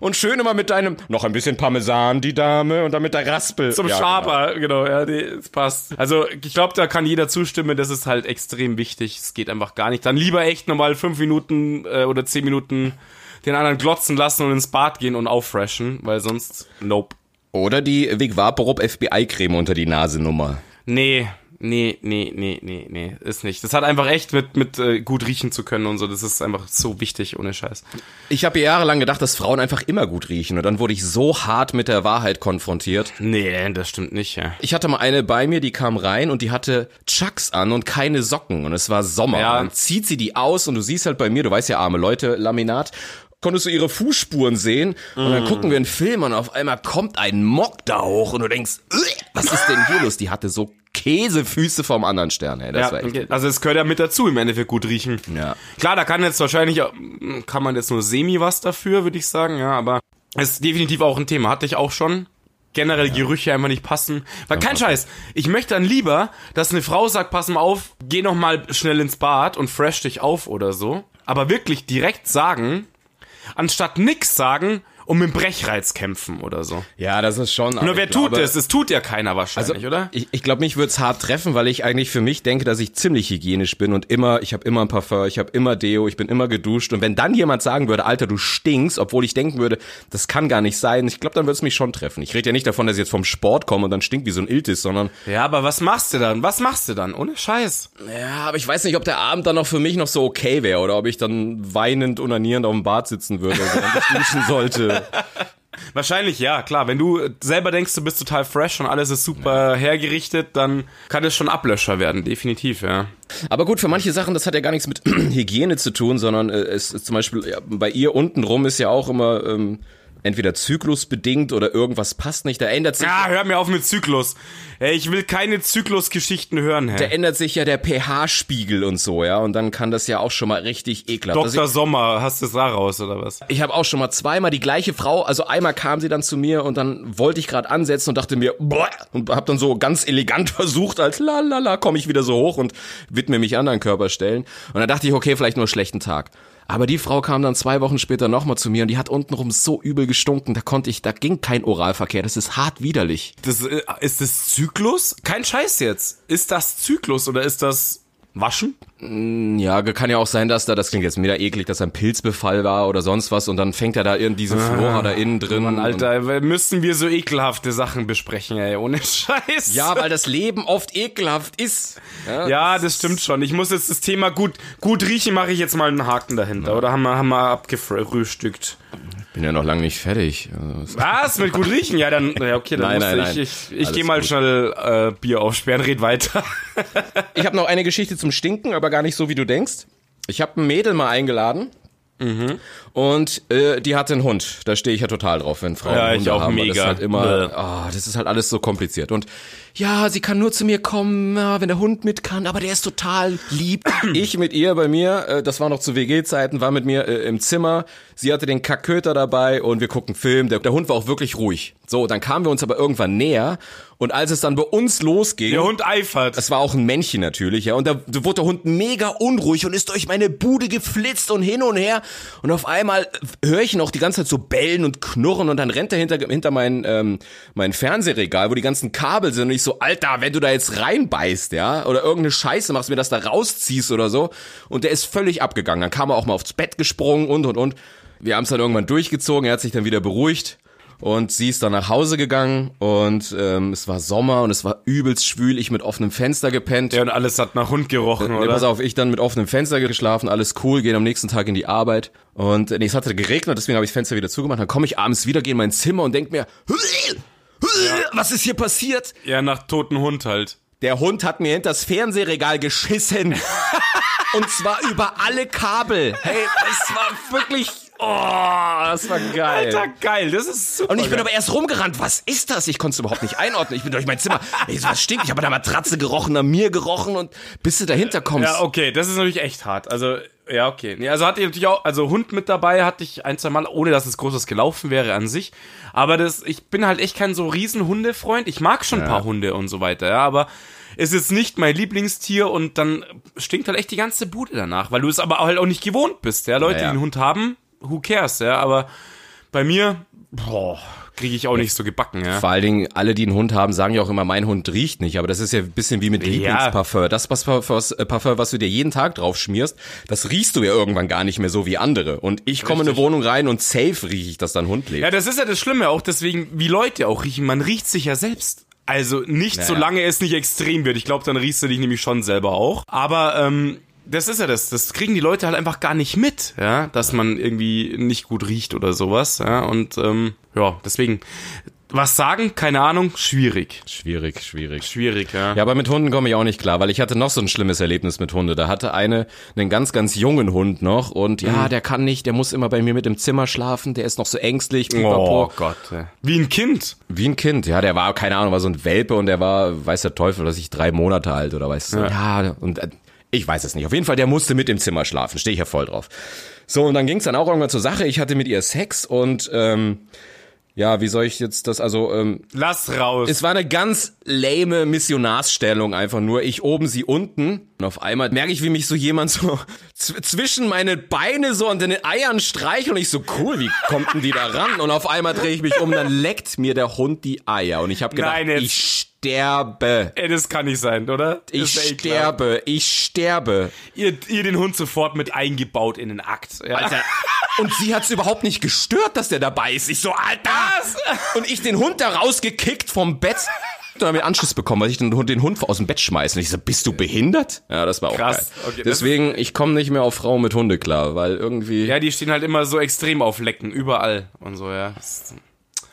Und schön immer mit deinem, noch ein bisschen Parmesan, die Dame, und dann mit der Raspel. Zum Ja, Schaber, genau, ja, die, es passt. Also, ich glaube, da kann jeder zustimmen, das ist halt extrem wichtig. Es geht einfach gar nicht. Dann lieber echt nochmal fünf Minuten äh, oder zehn Minuten den anderen glotzen lassen und ins Bad gehen und auffreshen, weil sonst, Genau. nope. Oder die Wegvaporub FBI-Creme unter die Nase Nummer. Nee, nee, nee, nee, nee, nee, ist nicht. Das hat einfach echt mit, mit äh, gut riechen zu können und so, das ist einfach so wichtig, ohne Scheiß. Ich habe jahrelang gedacht, dass Frauen einfach immer gut riechen. Und dann wurde ich so hart mit der Wahrheit konfrontiert. Nee, das stimmt nicht, ja. Ich hatte mal eine bei mir, die kam rein und die hatte Chucks an und keine Socken und es war Sommer. Ja. Dann zieht sie die aus und du siehst halt bei mir, du weißt ja, arme Leute, Laminat, konntest du ihre Fußspuren sehen und Mm. dann gucken wir einen Film und auf einmal kommt ein Mock da hoch und du denkst, "Ugh, was ist denn hier los? Die hatte so Käsefüße vom anderen Stern, ey. Das Ja, war echt. okay. also es gehört ja mit dazu, im Endeffekt gut riechen. Ja. Klar, da kann jetzt wahrscheinlich, ähm, kann man jetzt nur semi was dafür, würde ich sagen, ja, aber ist definitiv auch ein Thema. Hatte ich auch schon. Generell Gerüche einfach nicht passen. Weil kein Scheiß. Ich möchte dann lieber, dass eine Frau sagt, pass mal auf, geh noch mal schnell ins Bad und fresh dich auf oder so. Aber wirklich direkt sagen, anstatt nix sagen und mit dem Brechreiz kämpfen oder so. Ja, das ist schon. Nur wer tut das? Es tut ja keiner wahrscheinlich, oder? Ich, ich glaube, mich würd's hart treffen, weil ich eigentlich für mich denke, dass ich ziemlich hygienisch bin und immer, ich habe immer ein Parfum, ich habe immer Deo, ich bin immer geduscht. Und wenn dann jemand sagen würde, Alter, du stinkst, obwohl ich denken würde, das kann gar nicht sein, ich glaube, dann würd's mich schon treffen. Ich rede ja nicht davon, dass ich jetzt vom Sport komme und dann stinkt wie so ein Iltis, sondern Ja, aber was machst du dann? Was machst du dann? Ohne Scheiß. ja, aber ich weiß nicht, ob der Abend dann noch für mich noch so okay wäre oder ob ich dann weinend, unanierend auf dem Bad sitzen würde und dann duschen sollte. Wahrscheinlich ja, klar. Wenn du selber denkst, du bist total fresh und alles ist super hergerichtet, dann kann es schon Ablöscher werden, definitiv, ja. Aber gut, für manche Sachen, das hat ja gar nichts mit Hygiene zu tun, sondern äh, es ist zum Beispiel ja, bei ihr untenrum ist ja auch immer ähm, entweder zyklusbedingt oder irgendwas passt nicht. Da ändert sich, Ja, Ah, hör mir auf mit Zyklus. Ey, ich will keine Zyklus-Geschichten hören, da Herr. ändert sich ja der pH-Spiegel und so, ja. Und dann kann das ja auch schon mal richtig ekelhaft. Also Dr. Sommer, hast du es da raus, oder was? ich ich habe auch schon mal zweimal die gleiche Frau, also einmal kam sie dann zu mir und dann wollte ich gerade ansetzen und dachte mir, boah, und habe dann so ganz elegant versucht, als la la la komme ich wieder so hoch und widme mich anderen Körperstellen. Und dann dachte ich, okay, vielleicht nur schlechten Tag. Aber die Frau kam dann zwei Wochen später nochmal zu mir und die hat untenrum so übel gestunken, da konnte ich, da ging kein Oralverkehr, das ist hart widerlich. Das, äh, ist das Zyklus? Kein Scheiß jetzt. Ist das Zyklus oder ist das Waschen? Ja, kann ja auch sein, dass da, das klingt jetzt mega eklig, dass ein Pilzbefall war oder sonst was und dann fängt er da irgendwie diese Flora da innen drin. Mann, Alter, müssen wir so ekelhafte Sachen besprechen, ey, ohne Scheiß. Ja, weil das Leben oft ekelhaft ist. Ja, das, stimmt schon. Ich muss jetzt das Thema gut, gut riechen, mache ich jetzt mal einen Haken dahinter. Oder haben wir, haben wir abgefrühstückt? Bin ja noch lange nicht fertig. Also, Was? Mit gut riechen? Ja, dann, ja, okay, dann Nein, nein, muss nein. ich, ich, ich Alles gehe mal gut. schnell äh, Bier aufsperren, red weiter. Ich habe noch eine Geschichte zum Stinken, aber gar nicht so, wie du denkst. Ich habe ein Mädel mal eingeladen. Und äh, die hatte einen Hund. Da stehe ich ja total drauf, wenn Frauen Ja, ich Hunde auch haben. weil Das mega. ist halt immer, Bäh. ah, das ist halt alles so kompliziert. Und ja, sie kann nur zu mir kommen, ja, wenn der Hund mit kann. Aber der ist total lieb. Ich mit ihr bei mir, äh, das war noch zu WG-Zeiten, war mit mir äh, im Zimmer. Sie hatte den Kackköter dabei und wir gucken Film. Der, der Hund war auch wirklich ruhig. So, dann kamen wir uns aber irgendwann näher. Und als es dann bei uns losging, Der Hund eifert. es war auch ein Männchen natürlich, ja. Und da wurde der Hund mega unruhig und ist durch meine Bude geflitzt und hin und her. Und auf einmal höre ich ihn auch die ganze Zeit so bellen und knurren und dann rennt er hinter, hinter mein, ähm, mein Fernsehregal, wo die ganzen Kabel sind. Und ich so, Alter, wenn du da jetzt reinbeißt, ja, oder irgendeine Scheiße machst, mir das da rausziehst oder so. Und der ist völlig abgegangen. Dann kam er auch mal aufs Bett gesprungen und, und, und. Wir haben es dann irgendwann durchgezogen. Er hat sich dann wieder beruhigt. Und sie ist dann nach Hause gegangen und ähm, es war Sommer und es war übelst schwül, ich mit offenem Fenster gepennt. Ja, und alles hat nach Hund gerochen, Nee, oder? pass auf, ich dann mit offenem Fenster geschlafen, alles cool, gehe am nächsten Tag in die Arbeit. Und äh, nee, es hatte geregnet, deswegen habe ich das Fenster wieder zugemacht. Dann komme ich abends wieder, gehe in mein Zimmer und denke mir, was ist hier passiert? Ja, nach toten Hund halt. Der Hund hat mir hinters Fernsehregal geschissen. und zwar über alle Kabel. Hey, das war wirklich, oh, das war geil. Alter, geil, das ist super. Und ich bin geil. aber erst rumgerannt. Was ist das? Ich konnte es überhaupt nicht einordnen. Ich bin durch mein Zimmer. Ich so, was stinkt? Ich habe an der Matratze gerochen, an mir gerochen und bis du dahinter kommst. Ja, okay, das ist natürlich echt hart. Also, ja, okay. Nee, also hatte ich natürlich auch, also Hund mit dabei hatte ich ein, zwei Mal, ohne dass es großes gelaufen wäre an sich. Aber das, ich bin halt echt kein so riesen Hundefreund. Ich mag schon ein paar Hunde und so weiter, ja, aber ist jetzt nicht mein Lieblingstier und dann stinkt halt echt die ganze Bude danach, weil du es aber halt auch nicht gewohnt bist, ja. Ja, Leute, ja. die einen Hund haben, who cares, ja, aber bei mir, boah, kriege ich auch nicht so gebacken, ja. Vor allen Dingen, alle, die einen Hund haben, sagen ja auch immer, mein Hund riecht nicht. Aber das ist ja ein bisschen wie mit Lieblingsparfum. Das was, was, äh, Parfum, was du dir jeden Tag drauf schmierst, das riechst du ja irgendwann gar nicht mehr so wie andere. Und ich komme in eine Wohnung rein und safe rieche ich, dass da ein Hund lebt. Ja, das ist ja das Schlimme auch deswegen, wie Leute auch riechen. Man riecht sich ja selbst. Also nicht, Naja. solange es nicht extrem wird. Ich glaube, dann riechst du dich nämlich schon selber auch. Aber ähm, das ist ja das. Das kriegen die Leute halt einfach gar nicht mit, ja, dass man irgendwie nicht gut riecht oder sowas. Ja, und ähm, ja, deswegen. Was sagen? Keine Ahnung. Schwierig. Schwierig, schwierig. Schwierig, ja. Ja, aber mit Hunden komme ich auch nicht klar, weil ich hatte noch so ein schlimmes Erlebnis mit Hunde. Da hatte eine einen ganz, ganz jungen Hund noch und ja, der kann nicht, der muss immer bei mir mit im Zimmer schlafen, der ist noch so ängstlich. pipapo. Oh Gott. ja. Wie ein Kind. Wie ein Kind, ja, der war, keine Ahnung, war so ein Welpe und der war, weiß der Teufel, dass ich drei Monate alt oder weißt du. Ja, und äh, ich weiß es nicht. Auf jeden Fall, der musste mit im Zimmer schlafen, stehe ich ja voll drauf. So, und dann ging es dann auch irgendwann zur Sache. Ich hatte mit ihr Sex und ähm, ja, wie soll ich jetzt das, also, ähm, Lass raus. es war eine ganz lame Missionarsstellung einfach nur. Ich oben, sie unten. Und auf einmal merke ich, wie mich so jemand so zw- zwischen meine Beine so und den Eiern streichelt. Und ich so, cool, wie kommt denn die da ran? Und auf einmal drehe ich mich um, dann leckt mir der Hund die Eier. Und ich habe gedacht, Nein, jetzt- ich sterbe. Ey, das kann nicht sein, oder? Ich Das ist ja ekelhaft. sterbe, ich sterbe. Ihr, ihr den Hund sofort mit eingebaut in den Akt. Ja. Alter. Und sie hat's überhaupt nicht gestört, dass der dabei ist. Ich so, Alter! Und ich den Hund da rausgekickt vom Bett. Und dann haben wir einen Anschluss bekommen, weil ich den Hund, den Hund aus dem Bett schmeiße. Und ich so, bist du behindert? Ja, das war auch Krass. geil. Okay, das- Deswegen, ich komme nicht mehr auf Frauen mit Hunde klar, weil irgendwie... Ja, Ja, die stehen halt immer so extrem auf Lecken, überall und so, ja. Das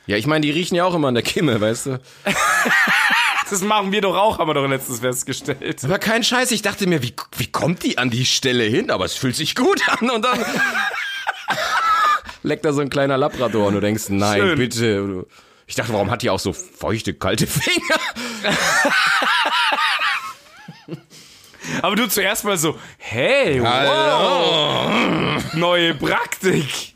ich meine, die riechen ja auch immer an der Kimme, weißt du? das machen wir doch auch, haben wir doch letztens festgestellt. Aber kein Scheiß, ich dachte mir, wie, wie kommt die an die Stelle hin? Aber es fühlt sich gut an und dann... Leckt da so ein kleiner Labrador und du denkst, nein, Schön. bitte. Ich dachte, warum hat die auch so feuchte, kalte Finger? Aber du zuerst mal so, hey, wow, neue Praktik.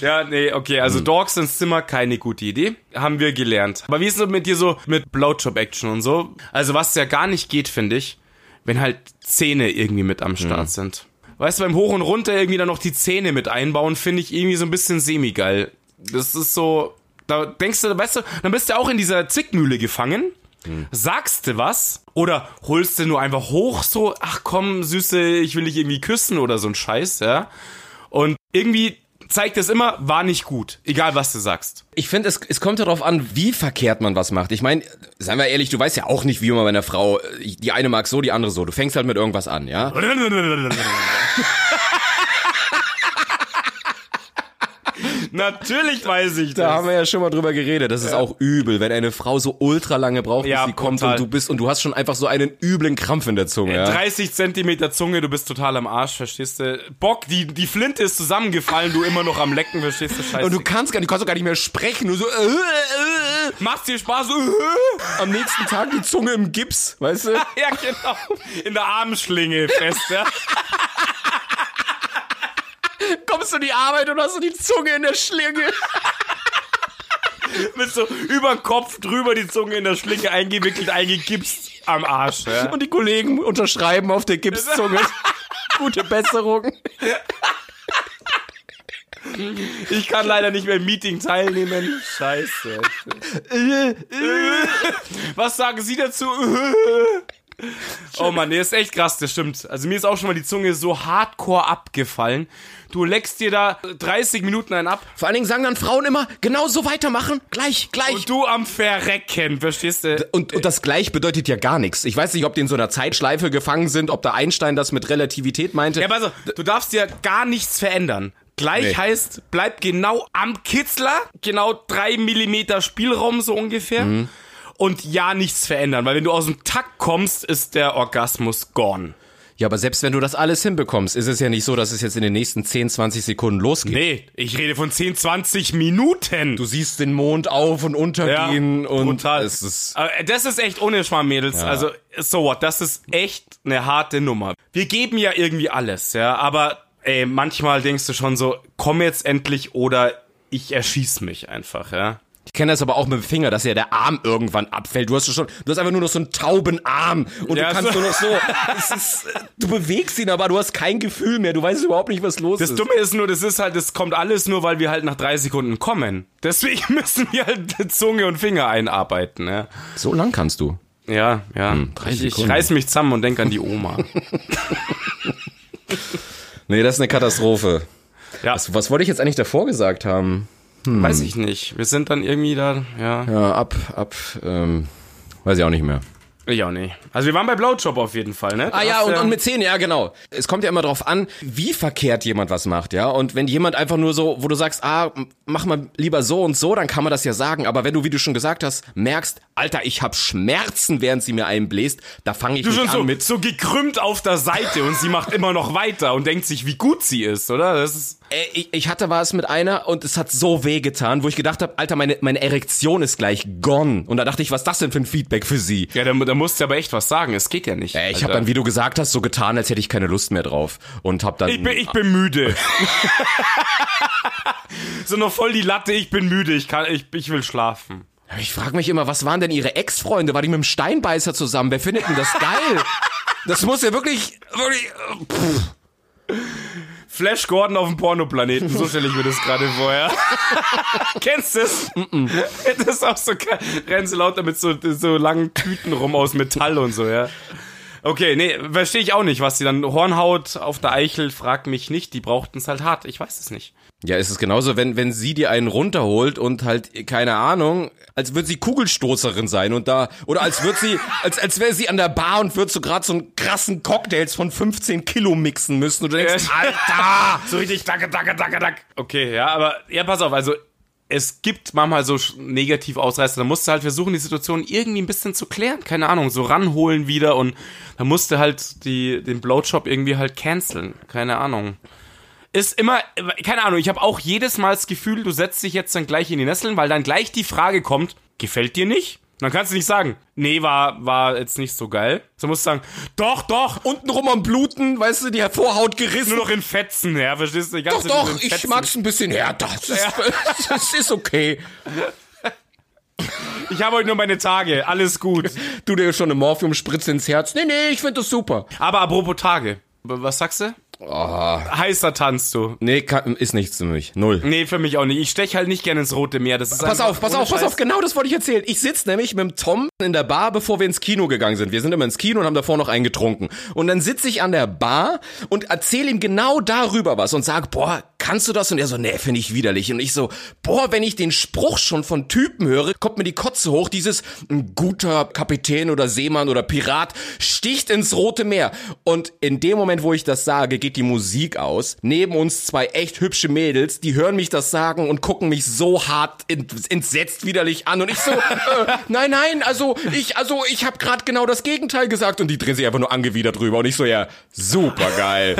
Ja, nee, okay, also Dogs ins Zimmer, keine gute Idee, haben wir gelernt. Aber wie ist es mit dir so mit Blowjob-Action und so? Also was ja gar nicht geht, finde ich, wenn halt Zähne irgendwie mit am Start sind. weißt du, beim Hoch und Runter irgendwie dann noch die Zähne mit einbauen, finde ich irgendwie so ein bisschen semi-geil. Das ist so, da denkst du, weißt du, dann bist du auch in dieser Zwickmühle gefangen. Sagst du was oder holst du nur einfach hoch so, ach komm, Süße, ich will dich irgendwie küssen oder so ein Scheiß, ja? Und irgendwie zeigt es immer, war nicht gut, egal was du sagst. Ich finde, es, es kommt darauf an, wie verkehrt man was macht. Ich meine, seien wir ehrlich, du weißt ja auch nicht, wie man bei einer Frau, äh, die eine mag so, die andere so. Du fängst halt mit irgendwas an, ja? Natürlich weiß ich Da das. haben wir ja schon mal drüber geredet. Das ist auch übel, wenn eine Frau so ultra lange braucht, bis Ja, sie kommt brutal. und du bist und du hast schon einfach so einen üblen Krampf in der Zunge. Ja? 30 Zentimeter Zunge, du bist total am Arsch, verstehst du? Bock, die, die Flinte ist zusammengefallen, du immer noch am Lecken, verstehst du? Scheiße. Und du kannst gar nicht, du kannst auch gar nicht mehr sprechen. Nur so äh, äh, äh. machst dir Spaß. am nächsten Tag die Zunge im Gips, weißt du? ja, genau. In der Armschlinge fest, ja. Kommst du in die Arbeit und hast du die Zunge in der Schlinge. Mit so über den Kopf drüber die Zunge in der Schlinge eingewickelt, eingegipst am Arsch. Ja. Und die Kollegen unterschreiben auf der Gipszunge. Gute Besserung. Ich kann leider nicht mehr im Meeting teilnehmen. Scheiße. Was sagen Sie dazu? Oh Mann, nee, ist echt krass, das stimmt. Also mir ist auch schon mal die Zunge so hardcore abgefallen. Du leckst dir da 30 Minuten einen ab Vor allen Dingen sagen dann Frauen immer, genau so weitermachen, gleich, gleich. und du am Verrecken, verstehst du? Und, und das gleich bedeutet ja gar nichts. Ich weiß nicht, ob die in so einer Zeitschleife gefangen sind, ob da Einstein das mit Relativität meinte. Ja, aber also, du darfst ja gar nichts verändern. Gleich Nee. heißt, bleib genau am Kitzler, genau drei Millimeter Spielraum so ungefähr. Mhm. Und ja, nichts verändern, weil wenn du aus dem Takt kommst, ist der Orgasmus gone. ja, aber selbst wenn du das alles hinbekommst, ist es ja nicht so, dass es jetzt in den nächsten 10, 20 Sekunden losgeht. Nee, ich rede von 10, 20 Minuten. Du siehst den Mond auf und untergehen und brutal. es ist Aber äh, das ist echt ohne Schmarrn, Mädels. Also, so what, das ist echt eine harte Nummer. Wir geben ja irgendwie alles, ja, aber ey, manchmal denkst du schon so, komm jetzt endlich oder ich erschieß mich einfach, ja. Ich kenne das aber auch mit dem Finger, dass ja der Arm irgendwann abfällt. Du hast schon, du hast einfach nur noch so einen tauben Arm und Ja, du kannst so- nur noch so. Es ist, du bewegst ihn, aber du hast kein Gefühl mehr. Du weißt überhaupt nicht, was los Das ist. Dumme ist nur, das ist halt, das kommt alles nur, weil wir halt nach drei Sekunden kommen. Deswegen müssen wir halt Zunge und Finger einarbeiten, ja. So lang kannst du. Ja, ja. Hm, drei ich, ich Sekunden. reiß mich zusammen und denk an die Oma. Nee, das ist eine Katastrophe. Ja. Was, was wollte ich jetzt eigentlich davor gesagt haben? Weiß ich nicht. Wir sind dann irgendwie da, ja. Ja, ab, ab, ähm, weiß ich auch nicht mehr. Ich auch nicht. Also wir waren bei Blowjob auf jeden Fall, ne? Ah ja, Das, und, ähm, und mit Zähnen, ja genau. Es kommt ja immer drauf an, wie verkehrt jemand was macht, ja. Und wenn jemand einfach nur so, wo du sagst, ah, m- mach mal lieber so und so, dann kann man das ja sagen. Aber wenn du, wie du schon gesagt hast, merkst, Alter, ich hab Schmerzen, während sie mir einbläst, da fange ich Du nicht schon an so, mit. so gekrümmt auf der Seite und sie macht immer noch weiter und denkt sich, wie gut sie ist, oder? Das ist Ey, äh, ich, ich hatte was mit einer und es hat so weh getan, wo ich gedacht habe, Alter, meine, meine Erektion ist gleich gone. Und da dachte ich, was ist das denn für ein Feedback für sie? ja, da, da musst du aber echt was sagen. Es geht ja nicht. Ey, Äh, ich habe Alter. dann, wie du gesagt hast, so getan, als hätte ich keine Lust mehr drauf und hab dann. Ich bin, ich bin müde. so noch voll die Latte, ich bin müde, ich kann, ich, ich will schlafen. Ich frage mich immer, was waren denn ihre Ex-Freunde? War die mit dem Steinbeißer zusammen? Wer findet denn das geil? Das muss ja wirklich, wirklich äh pff, Flash Gordon auf dem Pornoplaneten, so stelle ich mir das gerade vor, ja. Kennst du das? Das ist auch so geil. Rennen sie lauter mit so, so langen Tüten rum aus Metall und so, ja. Okay, nee, verstehe ich auch nicht, was sie dann Hornhaut auf der Eichel, frag mich nicht, die brauchten es halt hart, ich weiß es nicht. Ja, ist es genauso, wenn, wenn sie dir einen runterholt und halt, keine Ahnung, als würde sie Kugelstoßerin sein und da, oder als würde sie, als, als wäre sie an der Bar und würde so gerade so einen krassen Cocktails von 15 Kilo mixen müssen und du denkst, Alter! So richtig dacke, dacke, dacke, dack. Okay, ja, aber ja, pass auf, also es gibt manchmal so sch- negativ Ausreißer, da musst du halt versuchen, die Situation irgendwie ein bisschen zu klären, keine Ahnung, so ranholen wieder und dann musst du halt die, den Blowjob irgendwie halt canceln, keine Ahnung. Ist immer, keine Ahnung, ich habe auch jedes Mal das Gefühl, du setzt dich jetzt dann gleich in die Nesseln, weil dann gleich die Frage kommt, gefällt dir nicht? Und dann kannst du nicht sagen, nee, war, war jetzt nicht so geil. So musst du sagen, doch, doch, untenrum am Bluten, weißt du, die Vorhaut gerissen. nur noch in Fetzen, ja, verstehst du? Die Doch, ganze doch, Zeit in ich Fetzen. mag's Also ein bisschen härter. Das ist, das ist okay. Ich habe heute nur meine Tage, alles gut. Du dir schon eine Morphiumspritze ins Herz. Nee, nee, ich find das super. Aber apropos Tage, was sagst du? Oh. Heißer tanzt du. Nee, kann, ist nichts für mich. Null. Nee, für mich auch nicht. Ich steche halt nicht gerne ins Rote Meer. Das ist Hm. Pass einfach auf, pass ohne auf, pass Scheiß. auf, genau das wollte ich erzählen. Ich sitz nämlich mit dem Tom in der Bar, bevor wir ins Kino gegangen sind. Wir sind immer ins Kino und haben davor noch einen getrunken. Und dann sitz ich an der Bar und erzähle ihm genau darüber was und sag, boah, kannst du das? Und er so, nee, finde ich widerlich. Und ich so, boah, wenn ich den Spruch schon von Typen höre, kommt mir die Kotze hoch, dieses ein guter Kapitän oder Seemann oder Pirat sticht ins Rote Meer. Und in dem Moment, wo ich das sage, geht die Musik aus. Neben uns zwei echt hübsche Mädels, die hören mich das sagen und gucken mich so hart ent entsetzt widerlich an. Und ich so, äh, nein, nein, also ich, also ich habe gerade genau das Gegenteil gesagt. Und die drehen sich einfach nur angewidert drüber. Und ich so, ja, super geil.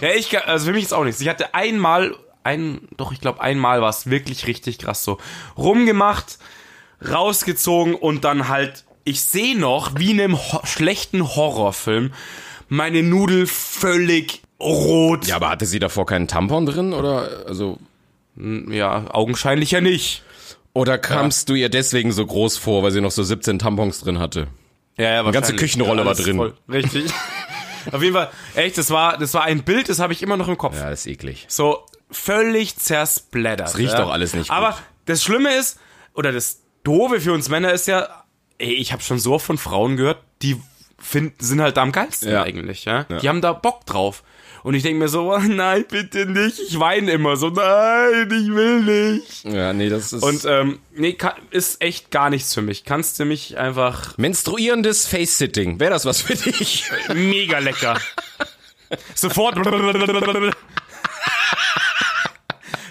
Ja, ich, kann- also für mich ist auch nichts. Ich hatte einmal, ein, doch, ich glaube, einmal war es wirklich richtig krass so. Rumgemacht, rausgezogen und dann halt, ich sehe noch, wie in einem ho schlechten Horrorfilm, meine Nudel völlig rot. ja, aber hatte sie davor keinen Tampon drin oder also? ja augenscheinlich ja nicht. Oder kamst du ihr deswegen so groß vor, weil sie noch so 17 Tampons drin hatte? Ja, ja, ganze wahrscheinlich. Küchenrolle war alles drin. richtig. Auf jeden Fall, echt, das war, das war ein Bild, das habe ich immer noch im Kopf. Ja, ist eklig. So völlig zersplattert. Das riecht doch alles nicht Aber gut. das Schlimme ist, oder das Doofe für uns Männer ist ja, ey, ich habe schon so oft von Frauen gehört, die finden, sind halt da am geilsten Ja. eigentlich. Ja? Die haben da Bock drauf. Und ich denke mir so, oh, nein, bitte nicht. Ich weine immer so, nein, ich will nicht. Ja, nee, das ist. Und ähm, nee, ka- ist echt gar nichts für mich. Kannst du mich einfach menstruierendes Face-Sitting. Wäre das was für dich? Mega lecker. Sofort.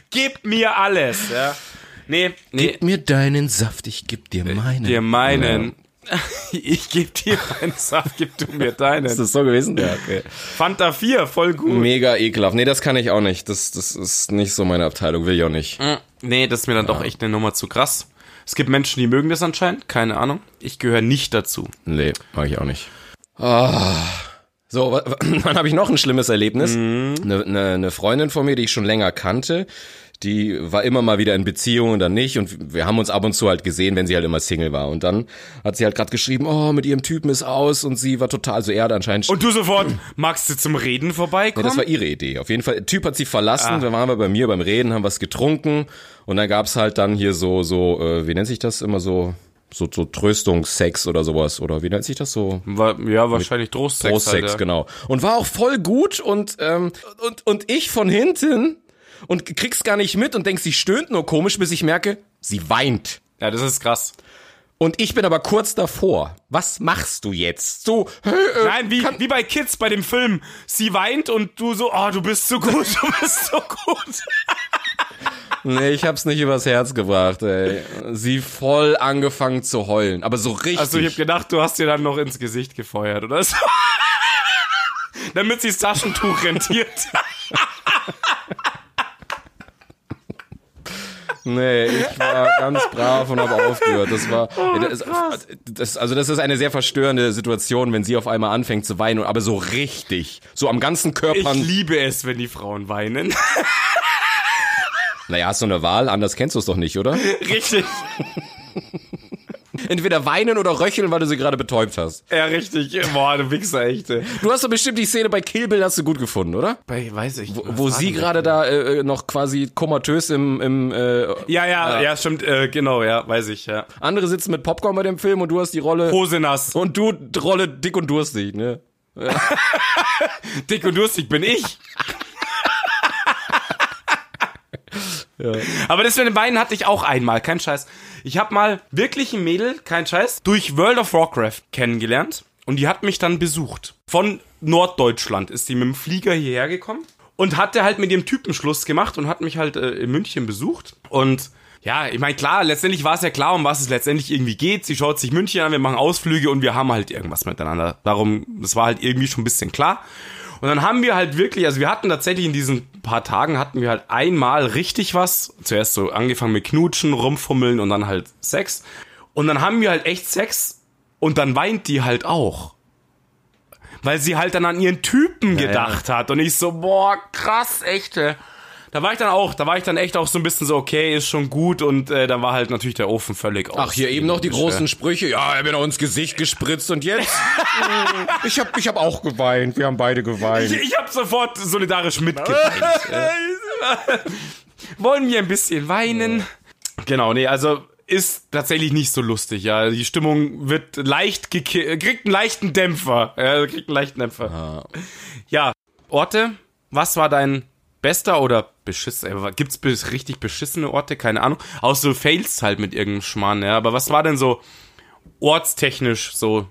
Gib mir alles. Ja. Nee, nee. mir deinen Saft, ich geb Äh, dir meinen. Dir meinen. Ich geb dir meinen Saft, gib du mir Ist deinen. das so gewesen? Ja, okay. Fanta 4, voll gut. Mega ekelhaft. Nee, das kann ich auch nicht. Das, das ist nicht so meine Abteilung. Will ich auch nicht. Mhm. Nee, das ist mir dann doch echt eine Nummer zu krass. Es gibt Menschen, die mögen das anscheinend, keine Ahnung. Ich gehöre nicht dazu. Nee, mag ich auch nicht. Ah. So, wa- wa- dann habe ich noch ein schlimmes Erlebnis. Eine ne, ne Freundin von mir, die ich schon länger kannte, die war immer mal wieder in Beziehung und dann nicht. Und wir haben uns ab und zu halt gesehen, wenn sie halt immer Single war. Und dann hat sie halt gerade geschrieben, oh, mit ihrem Typen ist aus und sie war total, also er hat anscheinend Und du sofort, magst du zum Reden Ja, das vorbeikommen? war ihre Idee. Auf jeden Fall, der Typ hat sie verlassen, dann waren wir bei mir beim Reden, haben was getrunken und dann gab's halt dann hier so, so, äh, wie nennt sich das immer so, so, so Tröstungssex oder sowas oder wie nennt sich das so? War, ja, wahrscheinlich Trostsex. Trostsex, halt, ja. genau. Und war auch voll gut und, ähm, und, und ich von hinten und krieg's gar nicht mit und denk, sie stöhnt nur komisch, bis ich merke, sie weint. Ja, das ist krass. Und ich bin aber kurz davor. Was machst du jetzt? So, hä, äh, Nein, wie, wie bei Kids bei dem Film. Sie weint und du so, oh, du bist so gut, du bist so gut. Nee, ich hab's nicht übers Herz gebracht, ey. Sie voll angefangen zu heulen. Aber so richtig. Also ich hab gedacht, du hast dir dann noch ins Gesicht gefeuert, oder so. Damit sie das Taschentuch rentiert. nee, ich war ganz brav und habe aufgehört. Das war. das, das, also, das ist eine sehr verstörende Situation, wenn sie auf einmal anfängt zu weinen, aber so richtig. So am ganzen Ich Körper. liebe es, wenn die Frauen weinen. Naja, hast du eine Wahl? Anders kennst du es doch nicht, oder? Richtig. Entweder weinen oder röcheln, weil du sie gerade betäubt hast. Ja, richtig. Boah, du Wichser, echt. ey. Du hast doch bestimmt die Szene bei Kill Bill hast du gut gefunden, oder? Bei, weiß ich. Wo, wo sie gerade da äh, äh, noch quasi komatös im, im äh, Ja, ja, ja, stimmt. Äh, genau, ja, weiß ich, ja. andere sitzen mit Popcorn bei dem Film und du hast die Rolle. Hose nass. Und du Rolle dick und durstig, ne? Dick und durstig bin ich. Aber das mit dem Weinen hatte ich auch einmal, kein Scheiß. Ich habe mal wirklich ein Mädel, kein Scheiß, durch World of Warcraft kennengelernt und die hat mich dann besucht. Von Norddeutschland ist sie mit dem Flieger hierher gekommen und hatte halt mit dem Typen Schluss gemacht und hat mich halt äh, in München besucht und ja, ich meine, klar, letztendlich war es ja klar, um was es letztendlich irgendwie geht. Sie schaut sich München an, wir machen Ausflüge und wir haben halt irgendwas miteinander. Darum, das war halt irgendwie schon ein bisschen klar. Und dann haben wir halt wirklich, also wir hatten tatsächlich in diesen paar Tagen hatten wir halt einmal richtig was. Zuerst so angefangen mit Knutschen, rumfummeln und dann halt Sex. Und dann haben wir halt echt Sex und dann weint die halt auch. Weil sie halt dann an ihren Typen gedacht hat. Und ich so, boah, krass, echte. Da war ich dann auch, da war ich dann echt auch so ein bisschen so, okay, ist schon gut und äh, dann war halt natürlich der Ofen völlig aus. Ach, hier eben noch die großen Sprüche. Ja, er wird auch ins Gesicht gespritzt und jetzt. ich habe ich hab auch geweint. Wir haben beide geweint. Ich, ich habe sofort solidarisch mitgeweint. Wollen wir ein bisschen weinen? Genau, nee, also ist tatsächlich nicht so lustig, ja. Die Stimmung wird leicht gekillt, kriegt einen leichten Dämpfer. Ja, kriegt einen leichten Dämpfer. Ja, Orte, was war dein bester oder beschiss, äh, gibt's bis- richtig beschissene Orte? Keine Ahnung. Auch so Fails halt mit irgendeinem Schmarrn, ja. Aber was war denn so ortstechnisch so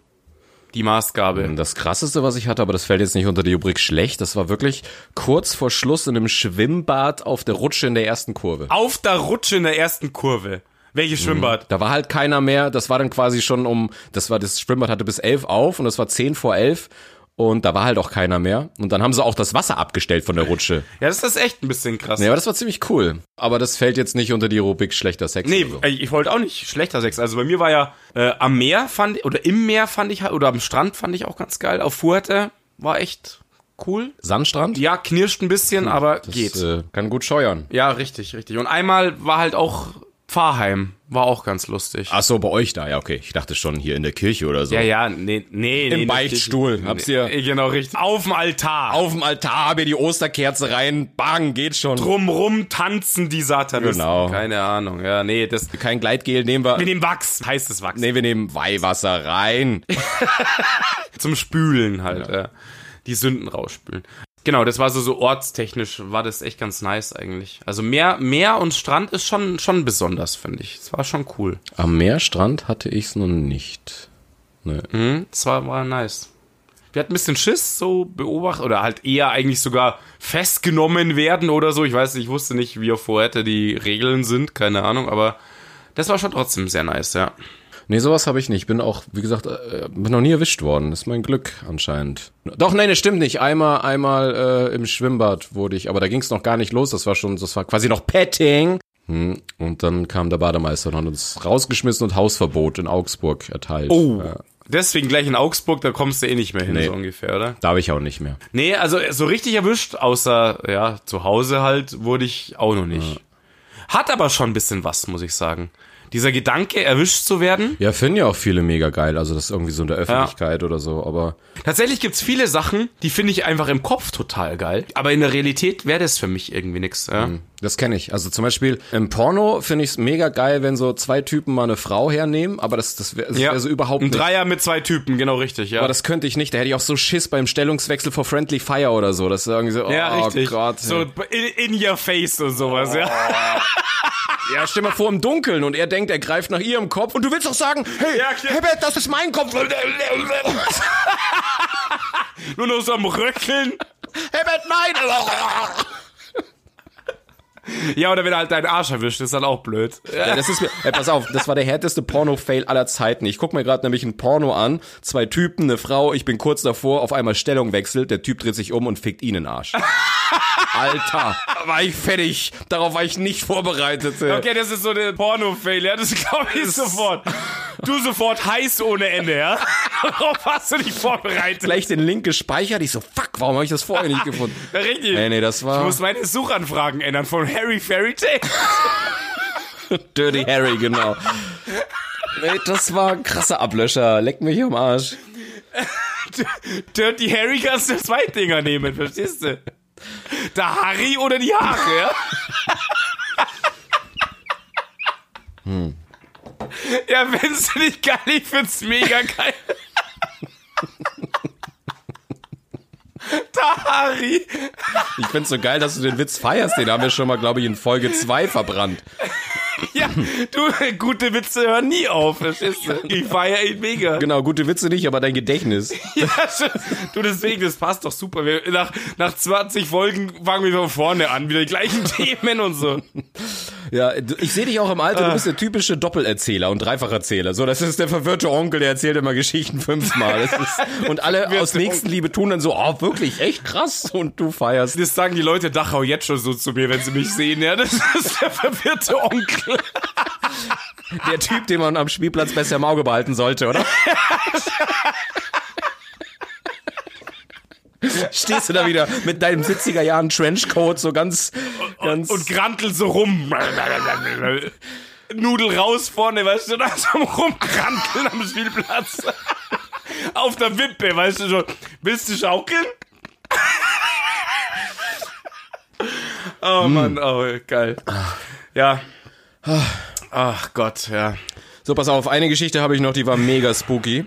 die Maßgabe? Das krasseste, was ich hatte, aber das fällt jetzt nicht unter die Rubrik schlecht, das war wirklich kurz vor Schluss in einem Schwimmbad auf der Rutsche in der ersten Kurve. Auf der Rutsche in der ersten Kurve. Welches Schwimmbad? Da war halt keiner mehr. Das war dann quasi schon um, das war das Schwimmbad hatte bis elf auf und das war zehn vor elf und da war halt auch keiner mehr. Und dann haben sie auch das Wasser abgestellt von der Rutsche. Ja, das ist echt ein bisschen krass. Ja, aber das war ziemlich cool. Aber das fällt jetzt nicht unter die Rubrik schlechter Sex. Nee, oder so. ey, ich wollte auch nicht schlechter Sex. Also bei mir war ja äh, am Meer fand oder im Meer fand ich halt- oder am Strand fand ich auch ganz geil. Auf Fuerte war echt cool. Sandstrand? Ja, knirscht ein bisschen, aber Hm, Das, geht. Äh, kann gut scheuern. ja, richtig, richtig. Und einmal war halt auch Pfarrheim, war auch ganz lustig. Ach so, bei euch da, ja, okay. Ich dachte schon hier in der Kirche oder so. Ja, ja, nee, nee, nee. Im Beichtstuhl. Hab's dir Nee, genau, richtig. Auf dem Altar. auf dem Altar, hab ihr die Osterkerze rein, bang, geht schon. drumrum tanzen die Satanisten. Genau. Keine Ahnung. Ja, nee, das mit Kein Gleitgel, nehmen wir. dem Wachs heißt es Wachs. Nee, wir nehmen Weihwasser rein. Zum Spülen halt. Ja. Die Sünden rausspülen. Genau, das war so so ortstechnisch war das echt ganz nice eigentlich. Also Meer, Meer und Strand ist schon schon besonders, finde ich. Es war schon cool. Am Meerstrand hatte ich's noch nicht. Es war, war nice. Wir hatten ein bisschen Schiss, so beobachtet, oder halt eher eigentlich sogar festgenommen werden oder so. Ich weiß nicht, ich wusste nicht, wie auf Fuerte die Regeln sind, keine Ahnung, aber das war schon trotzdem sehr nice, ja. Nee, sowas habe ich nicht. Bin auch, wie gesagt, äh, bin noch nie erwischt worden. Das ist mein Glück anscheinend. Doch, nein, das stimmt nicht. Einmal, einmal äh, im Schwimmbad wurde ich, aber da ging's noch gar nicht los. Das war schon, das war quasi noch Petting. Hm, Und dann kam der Bademeister und hat uns rausgeschmissen und Hausverbot in Augsburg erteilt. Oh. Ja, Deswegen gleich in Augsburg, da kommst du eh nicht mehr hin, Nee. so ungefähr, oder? darf ich auch nicht mehr. Nee, also so richtig erwischt, außer ja, zu Hause halt, wurde ich auch noch nicht. Hat aber schon ein bisschen was, muss ich sagen. Dieser Gedanke, erwischt zu werden. Ja, finden ja auch viele mega geil. Also das ist irgendwie so in der Öffentlichkeit oder so. Aber Tatsächlich gibt's viele Sachen, die finde ich einfach im Kopf total geil. Aber in der Realität wäre das für mich irgendwie nix. Ja. Das kenne ich. Also zum Beispiel im Porno finde ich es mega geil, wenn so zwei Typen mal eine Frau hernehmen, aber das, das wäre wär so Also überhaupt Ein nicht. Dreier mit zwei Typen, genau richtig, ja. Aber das könnte ich nicht. Da hätte ich auch so Schiss beim Stellungswechsel vor Friendly Fire oder so. Das ist irgendwie so, oh ja, richtig. Gott. Ah. so in, in your face und sowas, ja. ja, stell mal vor im Dunkeln und er denkt, er greift nach ihrem Kopf und du willst doch sagen, hey, Ja, klar. Herbert, das ist mein Kopf. Nur noch so am Röckeln. Herbert, nein. Ja, oder wenn er halt deinen Arsch erwischt, ist dann auch blöd. Ja, das ist mir, ey, pass auf, das war der härteste Porno-Fail aller Zeiten. Ich guck mir gerade nämlich ein Porno an, zwei Typen, eine Frau, ich bin kurz davor, auf einmal Stellung wechselt, der Typ dreht sich um und fickt ihn in den Arsch. Alter, war ich fertig. Darauf war ich nicht vorbereitet. ey. Okay, das ist so eine Porno-Fail, ja, das glaube ich sofort. Du sofort heiß ohne Ende, ja? Darauf hast du dich vorbereitet. Gleich den Link gespeichert, ich so, fuck, warum habe ich das vorher nicht gefunden? Ja, Richtig. Nee, nee, das Ich war muss meine Suchanfragen ändern von Harry Fairy Tale. Dirty Harry, genau. Nee, das war ein krasser Ablöscher. Leck mich am Arsch. Dirty Harry kannst du zwei Dinger nehmen, verstehst du? Der Harry oder die Haare, ja? Ja, findest du nicht geil? Ich find's mega geil. Der Harry. Ich find's so geil, dass du den Witz feierst. Den haben wir schon mal, glaube ich, in Folge 2 verbrannt. Ja, du, gute Witze hören nie auf, verstehst du? Ich feier ihn mega. Genau, gute Witze nicht, aber dein Gedächtnis. Ja, stimmt. du, deswegen, das passt doch super. Wir, nach, nach 20 Folgen fangen wir von vorne an, wieder die gleichen Themen und so. Ja, du- ich sehe dich auch im Alter, du bist der typische Doppelerzähler und Dreifacherzähler. So, das ist der verwirrte Onkel, der erzählt immer Geschichten fünfmal. Das ist, und alle aus Nächstenliebe tun dann so, oh, wirklich, echt krass. Und du feierst. Das sagen die Leute Dachau jetzt schon so zu mir, wenn sie mich sehen. Ja, das ist der verwirrte Onkel. Der Typ, den man am Spielplatz besser im Auge behalten sollte, oder? Stehst du da wieder mit deinem 70er Jahren Trenchcoat so ganz und, und grantelt so rum. Nudel raus vorne, weißt du, da am Rumkranteln am Spielplatz. Auf der Wippe, weißt du schon. Willst du schaukeln? oh Hm. Mann, oh, geil. Ja. Ach Gott, ja. So, pass auf, eine Geschichte habe ich noch, die war mega spooky.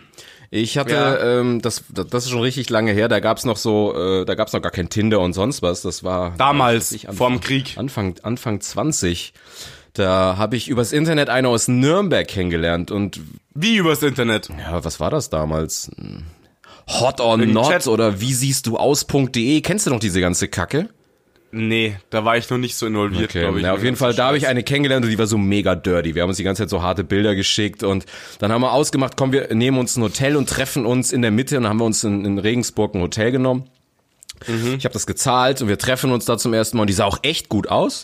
Ich hatte, Ja. ähm, das, das ist schon richtig lange her, da gab's noch so, äh, da gab's noch gar kein Tinder und sonst was. Das war Damals, Ich am- vorm Krieg. Anfang, Anfang 20. Da habe ich übers Internet eine aus Nürnberg kennengelernt und Wie übers Internet? ja, was war das damals? Hm. Hot or not Chat. oder wie siehst du aus.de? Kennst du noch diese ganze Kacke? Nee, da war ich noch nicht so involviert, Okay, glaube ich. na, auf jeden Fall, da habe ich eine kennengelernt und die war so mega dirty. Wir haben uns die ganze Zeit so harte Bilder geschickt und dann haben wir ausgemacht, komm, wir nehmen uns ein Hotel und treffen uns in der Mitte und dann haben wir uns in, in Regensburg ein Hotel genommen. Ich habe das gezahlt und wir treffen uns da zum ersten Mal und die sah auch echt gut aus.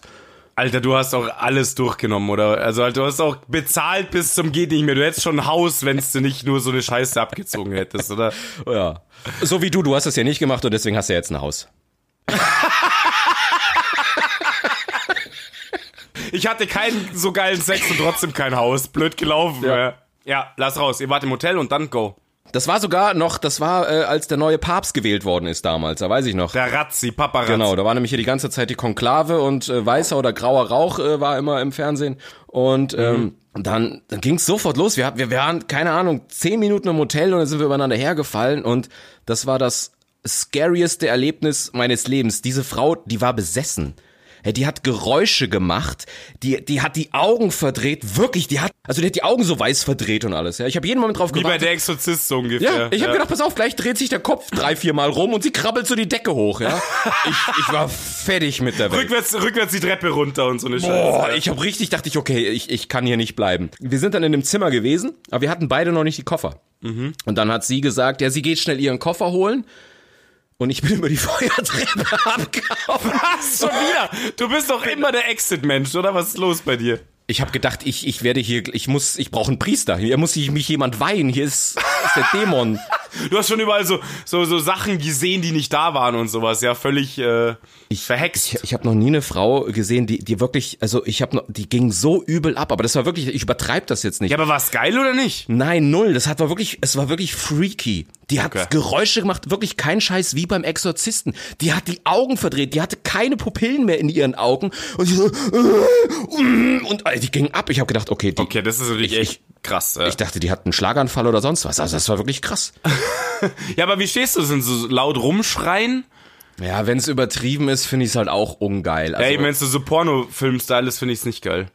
Alter, du hast auch alles durchgenommen, oder? Also, Alter, du hast auch bezahlt bis zum geht nicht mehr. Du hättest schon ein Haus, wenn du nicht nur so eine Scheiße abgezogen hättest, oder? Ja. So wie du, du hast das ja nicht gemacht und deswegen hast du ja jetzt ein Haus. Ich hatte keinen so geilen Sex und trotzdem kein Haus. Blöd gelaufen. Ja. Ja, ja lass raus. Ihr wart im Hotel und dann go. Das war sogar noch, das war, äh, als der neue Papst gewählt worden ist damals, da weiß ich noch. Der Razzi, Papa Razzi. Genau, da war nämlich hier die ganze Zeit die Konklave und äh, weißer oder grauer Rauch äh, war immer im Fernsehen. Und Mhm. ähm, dann, dann ging es sofort los. Wir, hab- wir waren, keine Ahnung, zehn Minuten im Hotel und dann sind wir übereinander hergefallen. Und das war das scarieste Erlebnis meines Lebens. Diese Frau, die war besessen. Hey, die hat Geräusche gemacht, die, die hat die Augen verdreht, wirklich, die hat, also die hat die Augen so weiß verdreht und alles. Ja, ich habe jeden Moment drauf Wie bei gewartet. der Exorzist so ungefähr. Ja, ich habe gedacht, pass auf, gleich dreht sich der Kopf drei, vier Mal rum und sie krabbelt so die Decke hoch, ja. Ich, ich war fertig mit der Welt. Rückwärts, rückwärts die Treppe runter und so eine Scheiße. Boah, ich habe richtig, dachte ich, okay, ich, ich kann hier nicht bleiben. Wir sind dann in dem Zimmer gewesen, aber wir hatten beide noch nicht die Koffer. Mhm. Und dann hat sie gesagt, ja, sie geht schnell ihren Koffer holen. Und ich bin über die Feuertreppe abgehauen. Was? Schon wieder? Du bist doch immer der Exit-Mensch, oder? Was ist los bei dir? Ich habe gedacht, ich, ich werde hier, ich muss, ich brauche einen Priester. Hier muss ich mich jemand weihen. Hier ist, ist der Dämon. Du hast schon überall so, so, so Sachen gesehen, die nicht da waren und sowas. Ja, völlig äh, verhext. Ich habe noch nie eine Frau gesehen, die, die wirklich, also ich habe, die ging so übel ab, aber das war wirklich, ich übertreibe das jetzt nicht. ja, aber war's geil oder nicht? Nein, null. Das hat war wirklich, es war wirklich freaky. Die hat Okay. Geräusche gemacht, wirklich kein Scheiß wie beim Exorzisten. Die hat die Augen verdreht, die hatte keine Pupillen mehr in ihren Augen und die so, äh, und äh, die ging ab. Ich habe gedacht, okay, die, Okay, das ist natürlich echt krass. Äh. ich dachte, die hat einen Schlaganfall oder sonst was. Also das war wirklich krass. Ja, aber wie stehst du? Sind so laut rumschreien? Ja, wenn es übertrieben ist, finde ich es halt auch ungeil. Also, Ey, wenn du so Porno-Film-Style ist, finde ich's nicht geil.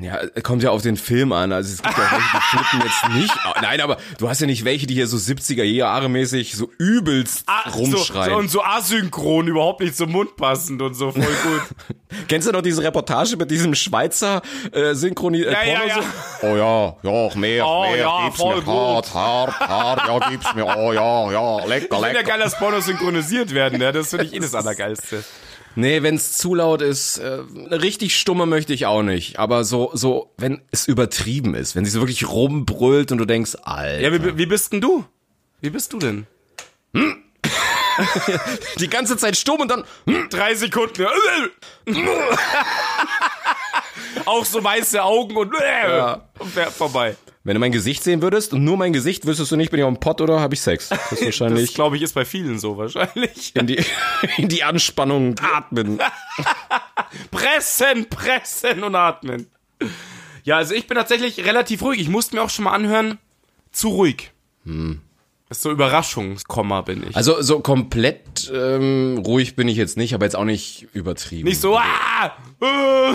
Ja, äh, kommt ja auf den Film an. Also es gibt ja welche, die flippen jetzt nicht. au- Nein, aber du hast ja nicht welche, die hier so 70er Jahre mäßig so übelst rumschreien. Ah, So, so, und so asynchron, überhaupt nicht zum Mund passend und so, voll gut. Kennst du noch diese Reportage mit diesem Schweizer äh, Synchroni äh, Ja, ja, Porno- Oh ja, ja, mehr, Oh mehr, ja, gib's voll mir gut. hart, hart, hart, ja, gib's mir, oh ja, ja, lecker, Ich finde ja lecker. geil, dass Pornos synchronisiert werden, ja. das finde ich eh das Allergeilste. Nee, wenn's zu laut ist, äh, eine richtig stumme möchte ich auch nicht, aber so, so, wenn es übertrieben ist, wenn sie so wirklich rumbrüllt und du denkst, Alter. Ja, wie, wie bist denn du? Wie bist du denn? die ganze Zeit stumm und dann, Drei Sekunden. Auch so weiße Augen und, äh, und wär vorbei. Wenn du mein Gesicht sehen würdest und nur mein Gesicht, wüsstest du nicht, bin ich auf dem Pott oder habe ich Sex? Das ist Das, wahrscheinlich glaube ich, ist bei vielen so wahrscheinlich. in, die, in die Anspannung atmen. Pressen, pressen und atmen. Ja, also ich bin tatsächlich relativ ruhig. Ich musste mir auch schon mal anhören, zu ruhig. Hm. Ist so Überraschungskomma bin ich. Also so komplett ähm, ruhig bin ich jetzt nicht, aber jetzt auch nicht übertrieben. Nicht so, ah, äh,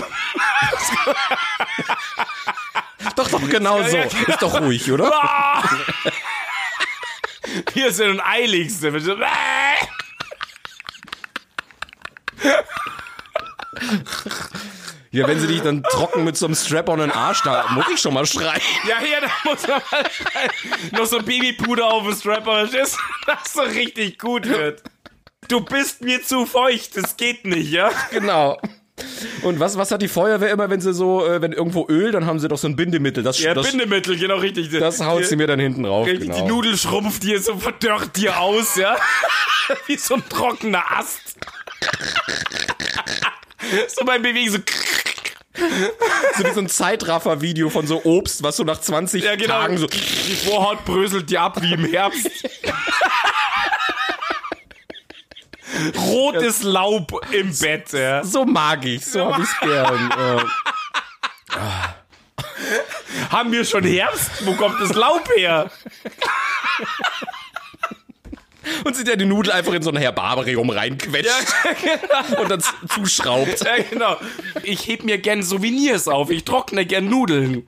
doch, doch, genau so. Ist doch ruhig, oder? ah. Hier sind und eiligst. sind. So, äh. Ja, wenn sie dich dann trocken mit so einem Strap-on in den Arsch, da muss ich schon mal schreien. Ja, hier, da muss man mal schreien. Noch so Babypuder auf dem Strapper, dass das so richtig gut wird. Du bist mir zu feucht, das geht nicht, ja? Genau. Und was, was hat die Feuerwehr immer, wenn sie so, äh, wenn irgendwo Öl, dann haben sie doch so ein Bindemittel. Das, Ja, das, Bindemittel, genau richtig. das haut sie mir dann hinten rauf. Richtig, Genau. Die Nudel schrumpft hier so verdörrt hier aus, ja? Wie so ein trockener Ast. so beim Bewegen so. So wie so ein Zeitraffer-Video von so Obst, was so nach 20 Ja, genau. Tagen so. Die Vorhaut bröselt dir ab wie im Herbst. Rotes Laub im Bett, ja. So mag ich, so hab ich's gern. Äh, Haben wir schon Herbst? Wo kommt das Laub her? Und sie hat ja die Nudel einfach in so ein Herbarium reinquetscht genau. und dann z- zuschraubt. Ja, genau. Ich heb mir gern Souvenirs auf. Ich trockne gern Nudeln.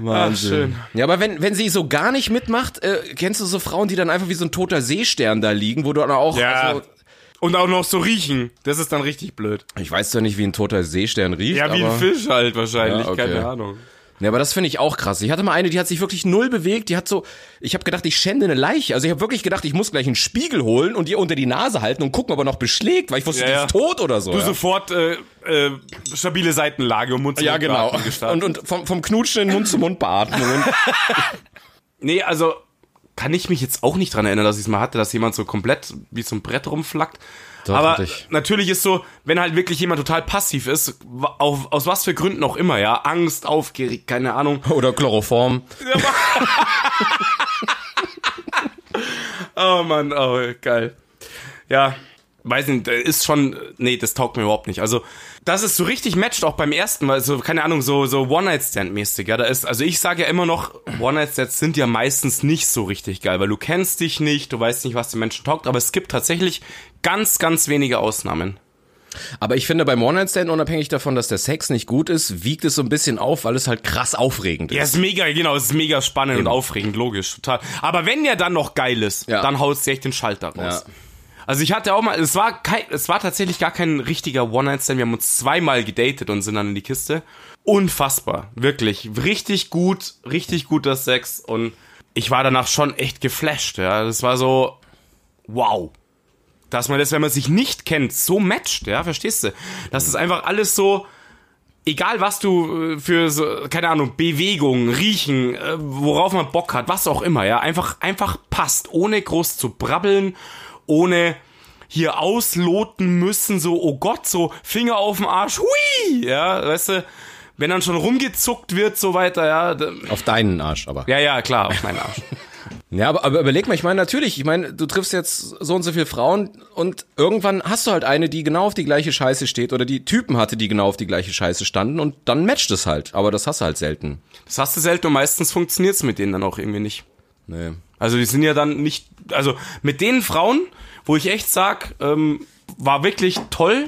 Wahnsinn. Ja, aber wenn, wenn sie so gar nicht mitmacht, äh, kennst du so Frauen, die dann einfach wie so ein toter Seestern da liegen, wo du dann auch. Ja. Also, Und auch noch so riechen. Das ist dann richtig blöd. ich weiß zwar nicht, wie ein toter Seestern riecht. Ja, wie aber, ein Fisch halt wahrscheinlich. Ja, okay. Keine Ahnung. Ja, aber das finde ich auch krass. Ich hatte mal eine, die hat sich wirklich null bewegt. Die hat so, ich habe gedacht, ich schände eine Leiche. Also ich habe wirklich gedacht, ich muss gleich einen Spiegel holen und ihr unter die Nase halten und gucken, ob er noch beschlägt, weil ich wusste, Ja, die ja. ist tot oder so. Du ja. sofort äh, äh, stabile Seitenlage und Mund zu ja, Mund genau. beatmen gestartet. Und, und vom, vom Knutschen in Mund zu Mund Beatmung. Nee, also kann ich mich jetzt auch nicht dran erinnern, dass ich es mal hatte, dass jemand so komplett wie so ein Brett rumflackt. Aber hatte ich. natürlich ist so, wenn halt wirklich jemand total passiv ist, wa- auf, aus was für Gründen auch immer, ja, Angst, aufgeregt, keine Ahnung, Oder Chloroform. Oh Mann, oh, geil. Ja, weiß nicht, äh, ist schon, nee, das taugt mir überhaupt nicht. Also, das ist so richtig matcht auch beim ersten Mal, so, keine Ahnung, so, so One-Night-Stand-mäßig, ja, da ist, also ich sage ja immer noch, One-Night-Stands sind ja meistens nicht so richtig geil, weil du kennst dich nicht, du weißt nicht, was den Menschen taugt, aber es gibt tatsächlich ganz, ganz wenige Ausnahmen. Aber ich finde, beim One-Night-Stand, unabhängig davon, dass der Sex nicht gut ist, wiegt es so ein bisschen auf, weil es halt krass aufregend ist. Ja, ist mega, genau, ist mega spannend und aufregend, logisch, total. Aber wenn der dann noch geil ist, Ja. dann haut sich echt den Schalter raus. Ja. Also ich hatte auch mal, es war kein, es war tatsächlich gar kein richtiger One-Night-Stand. Wir haben uns zweimal gedatet und sind dann in die Kiste. Unfassbar, wirklich, richtig gut, richtig guter Sex und ich war danach schon echt geflasht. Ja, das war so, wow. Dass man das, wenn man sich nicht kennt, so matcht, ja, verstehst du? Dass es einfach alles so, egal was du äh, für so, keine Ahnung, Bewegung, Riechen, äh, worauf man Bock hat, was auch immer, ja, einfach, einfach passt, ohne groß zu brabbeln, ohne hier ausloten müssen, so, oh Gott, so Finger auf dem Arsch, hui, ja, weißt du, wenn dann schon rumgezuckt wird, so weiter, ja, d- Auf deinen Arsch aber. ja, ja, klar, auf meinen Arsch. Ja, aber, aber überleg mal, ich meine, natürlich, ich meine, du triffst jetzt so und so viele Frauen und irgendwann hast du halt eine, die genau auf die gleiche Scheiße steht oder die Typen hatte, die genau auf die gleiche Scheiße standen und dann matcht es halt. Aber das hast du halt selten. Das hast du selten und meistens funktioniert's mit denen dann auch irgendwie nicht. Nee. Also die sind ja dann nicht, also mit den Frauen, wo ich echt sag, ähm, war wirklich toll,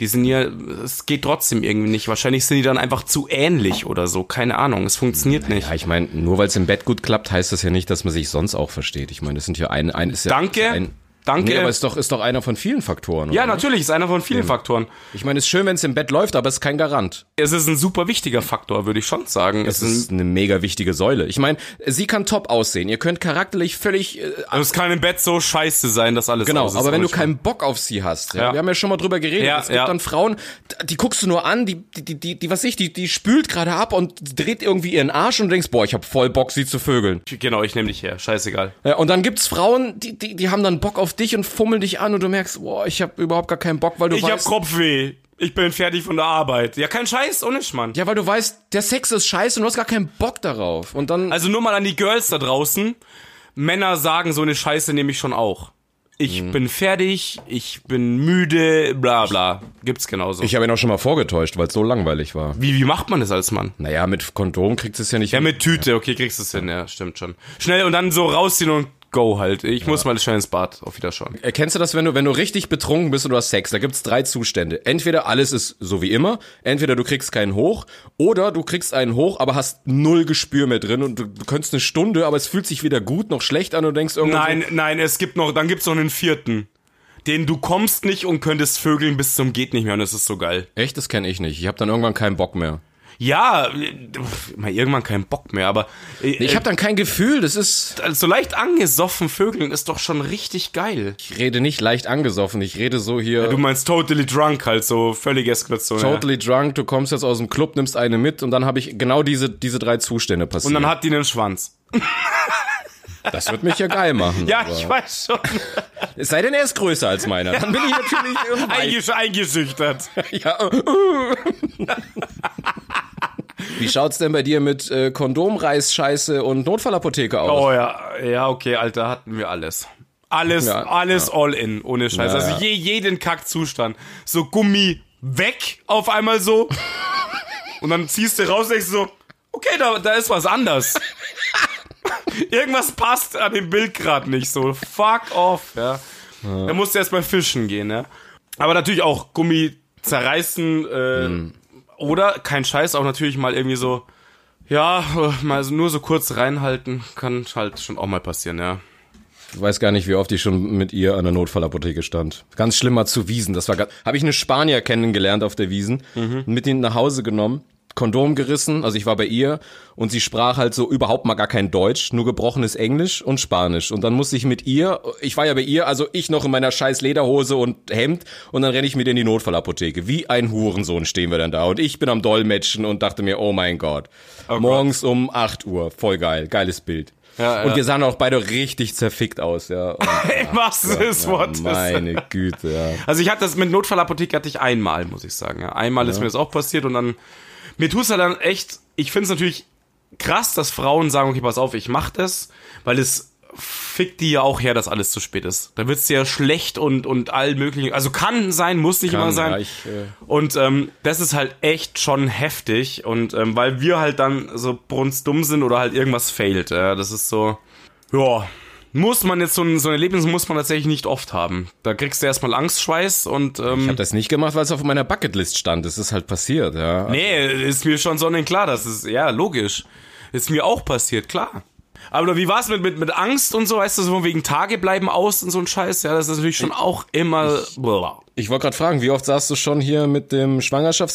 die sind ja, es geht trotzdem irgendwie nicht. Wahrscheinlich sind die dann einfach zu ähnlich oder so, keine Ahnung, es funktioniert nicht. Ja, ich meine, nur weil es im Bett gut klappt, heißt das ja nicht, dass man sich sonst auch versteht. Ich meine, das sind ja ein, ein ist ja Danke, Ein, danke. Nee, aber ist doch, ist doch einer von vielen Faktoren. ja, oder? natürlich, ist einer von vielen Faktoren. Ich meine, es ist schön, wenn es im Bett läuft, aber es ist kein Garant. Es ist ein super wichtiger Faktor, würde ich schon sagen. Es Das ist ein, ist eine mega wichtige Säule. Ich meine, sie kann top aussehen. Ihr könnt charakterlich völlig äh, also es kann im Bett so scheiße sein, dass alles Genau, aus ist, aber wenn du ich mein- keinen Bock auf sie hast, ja, Ja. wir haben ja schon mal drüber geredet, Ja, es gibt ja. dann Frauen, die guckst du nur an, die, die, die, die, die was weiß ich, die, die spült gerade ab und dreht irgendwie ihren Arsch und du denkst, boah, ich hab voll Bock, sie zu vögeln. Genau, ich nehme dich her, scheißegal. Ja, und dann gibt's Frauen, die, die, die haben dann Bock auf dich und fummeln dich an und du merkst, boah, ich hab überhaupt gar keinen Bock, weil du Ich hab weißt. Kopfweh, ich bin fertig von der Arbeit. Ja, kein Scheiß, ohne Schmann. ja, weil du weißt, der Sex ist scheiße und du hast gar keinen Bock darauf. Und dann. Also nur mal an die Girls da draußen. Männer sagen, so eine Scheiße nehme ich schon auch. Ich Mhm. bin fertig, ich bin müde, bla bla. Gibt's genauso. ich habe ihn auch schon mal vorgetäuscht, weil es so langweilig war. wie, wie macht man das als Mann? Naja, mit Kondom kriegst du es ja nicht. Ja, mit Tüte, okay, kriegst du es hin, ja, stimmt schon. Schnell und dann so rausziehen und go halt. Ich muss mal schnell ins Bad, auf Wiederschauen. Erkennst du das, wenn du, wenn du richtig betrunken bist und du hast Sex? Da gibt's drei Zustände. Entweder alles ist so wie immer, entweder du kriegst keinen hoch oder du kriegst einen hoch, aber hast null Gespür mehr drin und du, du könntest eine Stunde, aber es fühlt sich weder gut noch schlecht an und du denkst irgendwann Nein, nein, es gibt noch, dann gibt's noch einen vierten. Den du kommst nicht und könntest vögeln bis zum geht nicht mehr und das ist so geil. So, echt, das kenne ich nicht. Ich habe dann irgendwann keinen Bock mehr. Ja, äh, pf, mal irgendwann keinen Bock mehr, aber äh, Ich habe dann kein Gefühl, das ist äh, so leicht angesoffen vögeln ist doch schon richtig geil. ich rede nicht leicht angesoffen, ich rede so hier Du meinst totally drunk, halt so völlige Eskalation. ja. totally drunk, du kommst jetzt aus dem Club, nimmst eine mit und dann habe ich genau diese diese drei Zustände passiert. Und dann hat die einen Schwanz. Das wird mich ja geil machen. Ja, aber- ich weiß schon. Es sei denn, er ist größer als meiner. Dann bin ich natürlich irgendwie. Eingesch eingeschüchtert. Ja. Wie schaut's denn bei dir mit äh, Kondomreißscheiße und Notfallapotheke aus? Oh ja, ja, okay, Alter, hatten wir alles. Alles, Ja, alles all in, ohne Scheiß. Ja, ja. also je, jeden Kackzustand. So Gummi weg auf einmal so. und dann ziehst du raus und denkst so, okay, da, da ist was anders. Irgendwas passt an dem Bild gerade nicht so. Fuck off, ja. Da musst du erstmal fischen gehen, ja. Aber natürlich auch Gummi zerreißen äh, Mhm. oder kein Scheiß, auch natürlich mal irgendwie so, ja, äh, mal so, nur so kurz reinhalten, kann halt schon auch mal passieren, ja. Ich weiß gar nicht, wie oft ich schon mit ihr an der Notfallapotheke stand. Ganz schlimmer zu Wiesen. Das war ganz, habe ich eine Spanier kennengelernt auf der Wiesen, mit ihnen nach Hause genommen, Kondom gerissen, also ich war bei ihr und sie sprach halt so überhaupt mal gar kein Deutsch, nur gebrochenes Englisch und Spanisch. Und dann musste ich mit ihr, ich war ja bei ihr, also ich noch in meiner scheiß Lederhose und Hemd und dann renne ich mit in die Notfallapotheke. Wie ein Hurensohn stehen wir dann da und ich bin am Dolmetschen und dachte mir, oh mein Gott. Morgens um 8 Uhr, voll geil, geiles Bild. Ja, und ja. wir sahen auch beide richtig zerfickt aus, ja. Und, äh, Im wahrsten Sinne des Wortes. meine Güte, ja. Also ich hatte das mit Notfallapotheke hatte ich einmal, muss ich sagen. Ja. Einmal ist mir das auch passiert und dann mir tut's ja dann echt. Ich find's natürlich krass, dass Frauen sagen, okay, pass auf, ich mach das, weil es fickt die ja auch her, dass alles zu spät ist. Da wird's dir ja schlecht und und all möglichen. Also kann sein, muss nicht Kann, immer sein. ja, ich, äh, Und ähm, das ist halt echt schon heftig. Und ähm, weil wir halt dann so brunstdumm sind oder halt irgendwas failt. Äh, das ist so. Ja. Muss man jetzt so ein, so ein Erlebnis muss man tatsächlich nicht oft haben. Da kriegst du erstmal Angstschweiß und Ich ähm, habe das nicht gemacht, weil es auf meiner Bucketlist stand. Es ist halt passiert, ja. nee, ist mir schon sonnenklar, das ist ja logisch. Ist mir auch passiert, klar. Aber wie war's mit, mit mit Angst und so, weißt du, so von wegen Tage bleiben aus und so ein Scheiß, ja, das ist natürlich schon auch immer bla. Ich wollte gerade fragen, wie oft saßt du schon hier mit dem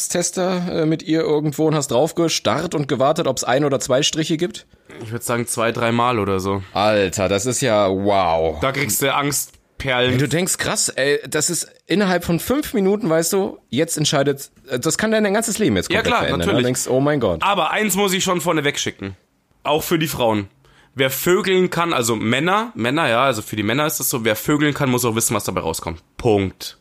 Schwangerschaftstester äh, mit ihr irgendwo und hast draufgestarrt und gewartet, ob es ein oder zwei Striche gibt? Ich würde sagen zwei, dreimal oder so. Alter, das ist ja wow. Da kriegst du Angstperlen. Du denkst, krass, ey, das ist innerhalb von fünf Minuten, weißt du, jetzt entscheidet, äh, das kann dein ganzes Leben jetzt Ja, komplett klar, verändern. ne? natürlich. Du denkst, oh mein Gott. Aber eins muss ich schon vorne wegschicken. Auch für die Frauen. Wer vögeln kann, also Männer, Männer, ja, also für die Männer ist es so, wer vögeln kann, muss auch wissen, was dabei rauskommt. Punkt.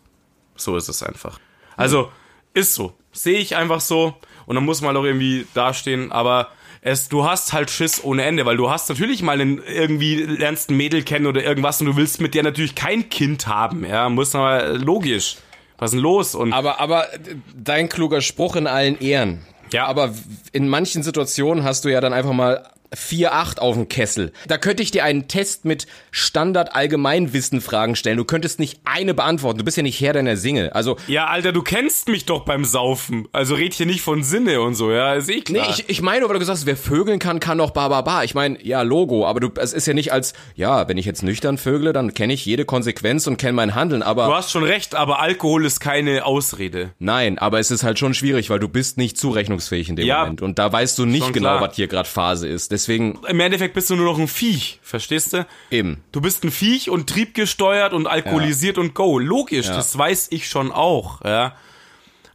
So ist es einfach. Also, ist so. Sehe ich einfach so. Und dann muss man halt auch irgendwie dastehen, aber es, du hast halt Schiss ohne Ende, weil du hast natürlich mal einen, irgendwie lernst ein Mädel kennen oder irgendwas und du willst mit der natürlich kein Kind haben, ja, muss aber logisch. Was ist denn los? Und Aber, aber äh, dein kluger Spruch in allen Ehren. Ja. Aber in manchen Situationen hast du ja dann einfach mal 4-8 auf dem Kessel. Da könnte ich dir einen Test mit Standard-Allgemeinwissen-Fragen stellen. Du könntest nicht eine beantworten. Du bist ja nicht Herr deiner Single. Also, Ja, Alter, du kennst mich doch beim Saufen. Also red hier nicht von Sinne und so, ja, ist eh nee, klar. ich, ich meine, weil du gesagt hast, wer vögeln kann, kann doch ba, ba, ba. Ich meine, ja, Logo. Aber du, es ist ja nicht als, ja, wenn ich jetzt nüchtern vögle, dann kenne ich jede Konsequenz und kenne mein Handeln. Aber du hast schon recht, aber Alkohol ist keine Ausrede. Nein, aber es ist halt schon schwierig, weil du bist nicht zurechnungsfähig in dem Ja. Moment. Und da weißt du nicht Schon genau, klar. was hier gerade Phase ist. Deswegen Im Endeffekt bist du nur noch ein Viech, verstehst du? eben. Du bist ein Viech und triebgesteuert und alkoholisiert und go. Logisch, das weiß ich schon auch, ja.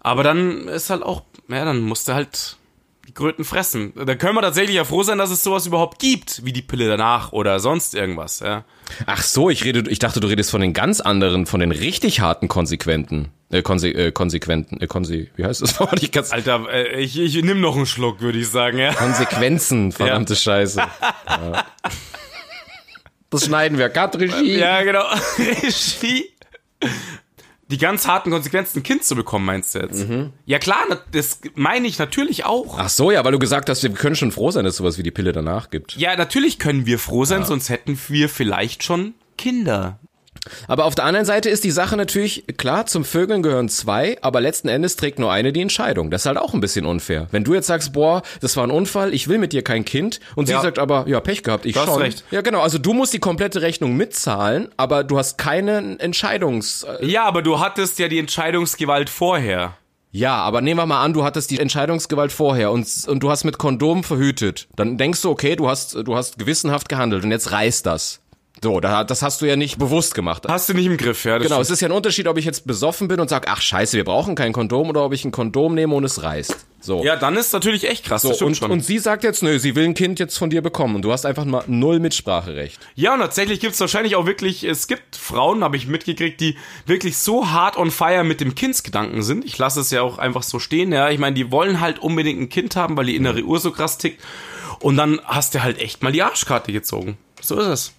Aber dann ist halt auch, ja, dann musst du halt die Kröten fressen. Da können wir tatsächlich ja froh sein, dass es sowas überhaupt gibt, wie die Pille danach oder sonst irgendwas, ja. Ach so, ich rede, ich dachte, du redest von den ganz anderen, von den richtig harten Konsequenten. Äh, Konse, äh, Konsequenten, äh, Konse, wie heißt das Wort? Ich kann's, Alter, äh, ich, ich nimm noch einen Schluck, würde ich sagen, ja. Konsequenzen, verdammte Scheiße. Ja. Das schneiden wir. Cut, Regie. Ja, genau. Regie. Die ganz harten Konsequenzen, ein Kind zu bekommen, meinst du jetzt? Ja klar, na- das meine ich natürlich auch. Mhm. Ach so, ja, weil du gesagt hast, wir können schon froh sein, dass es sowas wie die Pille danach gibt. Ja, natürlich können wir froh sein, sonst hätten wir vielleicht schon Kinder. Aber auf der anderen Seite ist die Sache natürlich, klar, zum Vögeln gehören zwei, aber letzten Endes trägt nur eine die Entscheidung. Das ist halt auch ein bisschen unfair. Wenn du jetzt sagst, boah, das war ein Unfall, ich will mit dir kein Kind, und sie Ja. sagt aber, ja, Pech gehabt, ich Du hast schon. recht. Ja, genau, also du musst die komplette Rechnung mitzahlen, aber du hast keine Entscheidungs... Ja, aber du hattest ja die Entscheidungsgewalt vorher. Ja, aber nehmen wir mal an, du hattest die Entscheidungsgewalt vorher und, und du hast mit Kondom verhütet. Dann denkst du, okay, du hast, du hast gewissenhaft gehandelt und jetzt reißt das. So, da, das hast du ja nicht bewusst gemacht. Hast du nicht im Griff, ja. Genau, es ist ja ein Unterschied, ob ich jetzt besoffen bin und sage, ach scheiße, wir brauchen kein Kondom oder ob ich ein Kondom nehme und es reißt. So. Ja, dann ist natürlich echt krass. So, das stimmt und, schon. und sie sagt jetzt, nö, sie will ein Kind jetzt von dir bekommen und du hast einfach mal null Mitspracherecht. ja, und tatsächlich gibt's wahrscheinlich auch wirklich, es gibt Frauen, habe ich mitgekriegt, die wirklich so hart on fire mit dem Kindsgedanken sind. Ich lasse es ja auch einfach so stehen, ja. Ich meine, die wollen halt unbedingt ein Kind haben, weil die innere Uhr so krass tickt. Und dann hast du halt echt mal die Arschkarte gezogen. So ist es.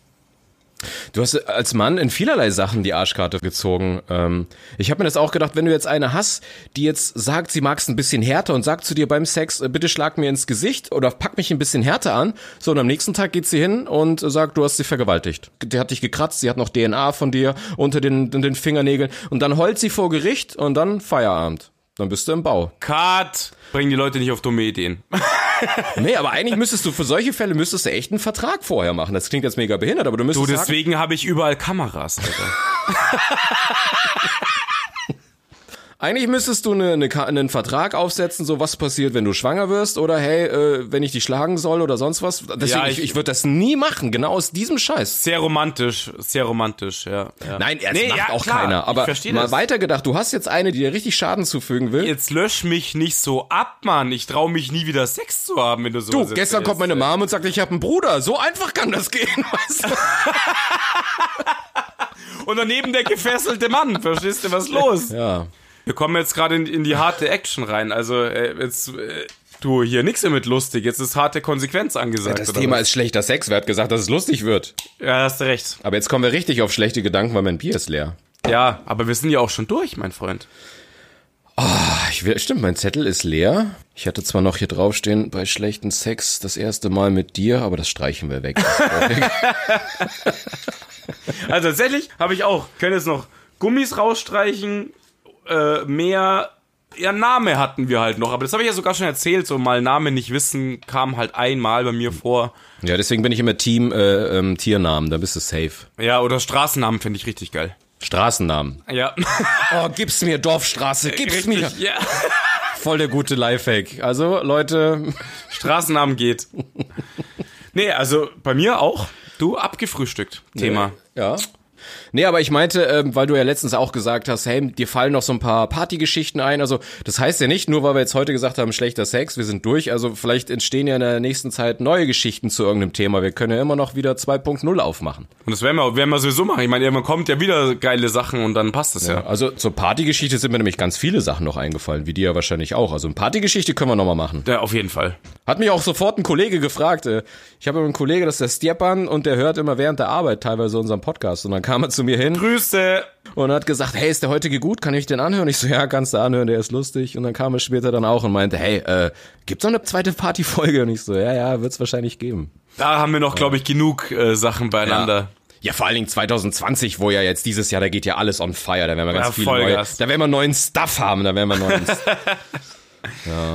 Du hast als Mann in vielerlei Sachen die Arschkarte gezogen. Ähm, ich habe mir das auch gedacht, wenn du jetzt eine hast, die jetzt sagt, sie mag es ein bisschen härter und sagt zu dir beim Sex, äh, bitte schlag mir ins Gesicht oder pack mich ein bisschen härter an. So, und am nächsten Tag geht sie hin und äh, sagt, du hast sie vergewaltigt. Die hat dich gekratzt, sie hat noch DNA von dir unter den, den Fingernägeln. Und dann heult sie vor Gericht und dann Feierabend. Dann bist du im Bau. Cut! Bring die Leute nicht auf dumme Ideen. Nee, aber eigentlich müsstest du für solche Fälle müsstest du echt einen Vertrag vorher machen. Das klingt jetzt mega behindert, aber du Du, müsstest sagen, deswegen habe ich überall Kameras, Alter. eigentlich müsstest du eine, eine, Ka- einen Vertrag aufsetzen, so was passiert, wenn du schwanger wirst oder hey, äh, wenn ich dich schlagen soll oder sonst was. Deswegen, Ja, ich, ich- ich würde das nie machen, genau aus diesem Scheiß. Sehr romantisch, sehr romantisch, ja. ja. Nein, das Nee, macht ja, auch klar, keiner. Aber ich verstehe mal das. weitergedacht, du hast jetzt eine, die dir richtig Schaden zufügen will. Jetzt lösch mich nicht so ab, Mann. Ich traue mich nie wieder Sex zu haben, wenn du so Du, Oh, gestern kommt äh, meine Mom und sagt, ich habe einen Bruder. So einfach kann das gehen, weißt du? Und daneben der gefesselte Mann. Verstehst du, was los? Ja. Wir kommen jetzt gerade in, in die harte Action rein. Also, äh, jetzt, äh, du, hier nix mehr mit lustig. Jetzt ist harte Konsequenz angesagt. Das oder Thema was? ist schlechter Sex. Wer hat gesagt, dass es lustig wird? Ja, hast du recht. Aber jetzt kommen wir richtig auf schlechte Gedanken, weil mein Bier ist leer. Ja, aber wir sind ja auch schon durch, mein Freund. Ich will, stimmt, mein Zettel ist leer. Ich hatte zwar noch hier draufstehen, bei schlechten Sex das erste Mal mit dir, aber das streichen wir weg. Also tatsächlich habe ich auch. Können jetzt noch Gummis rausstreichen, äh, mehr. Ja, Name hatten wir halt noch, aber das habe ich ja sogar schon erzählt, so mal Name nicht wissen kam halt einmal bei mir vor. ja, deswegen bin ich immer Team äh, ähm, Tiernamen, da bist du safe. Ja, oder Straßennamen finde ich richtig geil. Straßennamen. Ja. Oh, gib's mir, Dorfstraße, gib's mir. richtig, ja. Voll der gute Lifehack. Also, Leute, Straßennamen geht. Nee, also bei mir auch. Du abgefrühstückt. Thema. Ja. Nee, aber ich meinte, ähm, weil du ja letztens auch gesagt hast, hey, dir fallen noch so ein paar Partygeschichten ein. Also das heißt ja nicht, nur weil wir jetzt heute gesagt haben, schlechter Sex, wir sind durch. Also vielleicht entstehen ja in der nächsten Zeit neue Geschichten zu irgendeinem Thema. Wir können ja immer noch wieder 2.0 aufmachen. Und das werden wir, werden wir sowieso machen. Ich meine, irgendwann kommt ja wieder geile Sachen und dann passt es ja. Also zur Partygeschichte sind mir nämlich ganz viele Sachen noch eingefallen, wie dir ja wahrscheinlich auch. Also eine Partygeschichte können wir nochmal machen. Ja, auf jeden Fall. Hat mich auch sofort ein Kollege gefragt. äh, Ich habe einen Kollege, das ist der Stjepan, und der hört immer während der Arbeit teilweise unseren Podcast. Und dann kam er zu mir hin. Grüße. und hat gesagt, hey, ist der heutige gut? Kann ich den anhören? Ich so, ja, kannst du anhören, der ist lustig. Und dann kam er später dann auch und meinte, hey, äh, gibt's noch eine zweite Partyfolge? Und ich so, ja, ja, wird's wahrscheinlich geben. Da haben wir noch, glaube ich, genug äh, Sachen beieinander. Ja, vor allen Dingen 2020, wo ja jetzt dieses Jahr, da geht ja alles on fire, da werden wir ganz Ja, viel neue, Vollgas. da werden wir neuen Stuff haben, da werden wir neuen Stuff.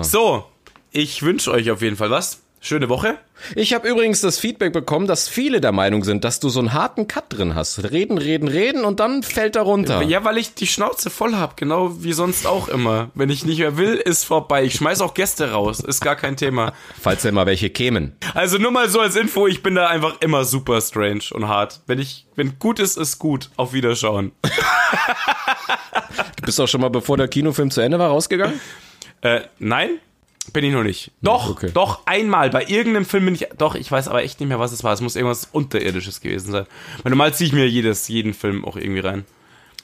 So, ich wünsche euch auf jeden Fall was. Schöne Woche. Ich habe übrigens das Feedback bekommen, dass viele der Meinung sind, dass du so einen harten Cut drin hast. Reden, reden, reden und dann fällt er runter. Ja, weil ich die Schnauze voll hab, genau wie sonst auch immer. Wenn ich nicht mehr will, ist vorbei. Ich schmeiß auch Gäste raus, ist gar kein Thema. Falls denn mal welche kämen. Also nur mal so als Info, ich bin da einfach immer super strange und hart. Wenn ich, wenn gut ist, ist gut. Auf Wiederschauen. Du bist auch schon mal, bevor der Kinofilm zu Ende war, rausgegangen? Äh, nein? Bin ich noch nicht. Doch, okay. doch, einmal. Bei irgendeinem Film bin ich. Doch, ich weiß aber echt nicht mehr, was es war. Es muss irgendwas Unterirdisches gewesen sein. Weil normal ziehe ich mir jedes, jeden Film auch irgendwie rein.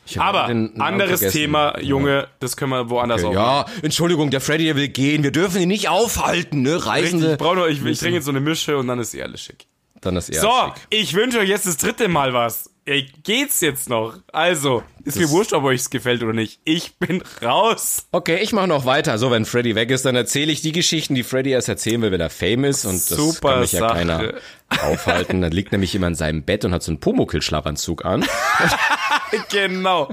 Ich hab Aber den Namen anderes vergessen. Thema, Junge, das können wir woanders auch. Ja, Entschuldigung, der Freddy der will gehen. Wir dürfen ihn nicht aufhalten, ne? Richtig, Reisende. ich brauche nur, ich, ich trinke jetzt so eine Mische und dann ist eh alles schick. Dann das erste. So, ich wünsche euch jetzt das dritte Mal was. Ey, geht's jetzt noch? Also, ist mir wurscht, ob euch es gefällt oder nicht. Ich bin raus. Okay, ich mache noch weiter. So, wenn Freddy weg ist, dann erzähle ich die Geschichten, die Freddy erst erzählen will, wenn er Fame ist. Und das Super kann mich ja Sache. keiner aufhalten. Dann liegt nämlich immer in seinem Bett und hat so einen Pumuckl-Schlafanzug an. genau.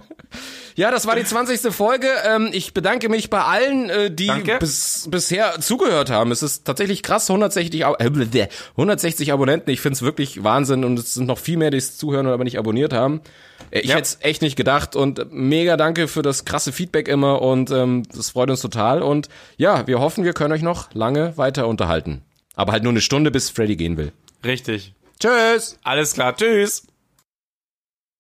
Ja, das war die 20. Folge. Ähm, ich bedanke mich bei allen, äh, die Danke. bis, bisher zugehört haben. Es ist tatsächlich krass, 160, Ab äh, bleh, 160 Abonnenten. Ich find's wirklich Wahnsinn und es sind noch viel mehr, die es zuhören oder aber nicht abonniert haben. Äh, Ich Ja. hätt's echt nicht gedacht und mega danke für das krasse Feedback immer und ähm, das freut uns total. Und ja, wir hoffen, wir können euch noch lange weiter unterhalten. Aber halt nur eine Stunde, bis Freddy gehen will. Richtig. Tschüss! Alles klar. Tschüss.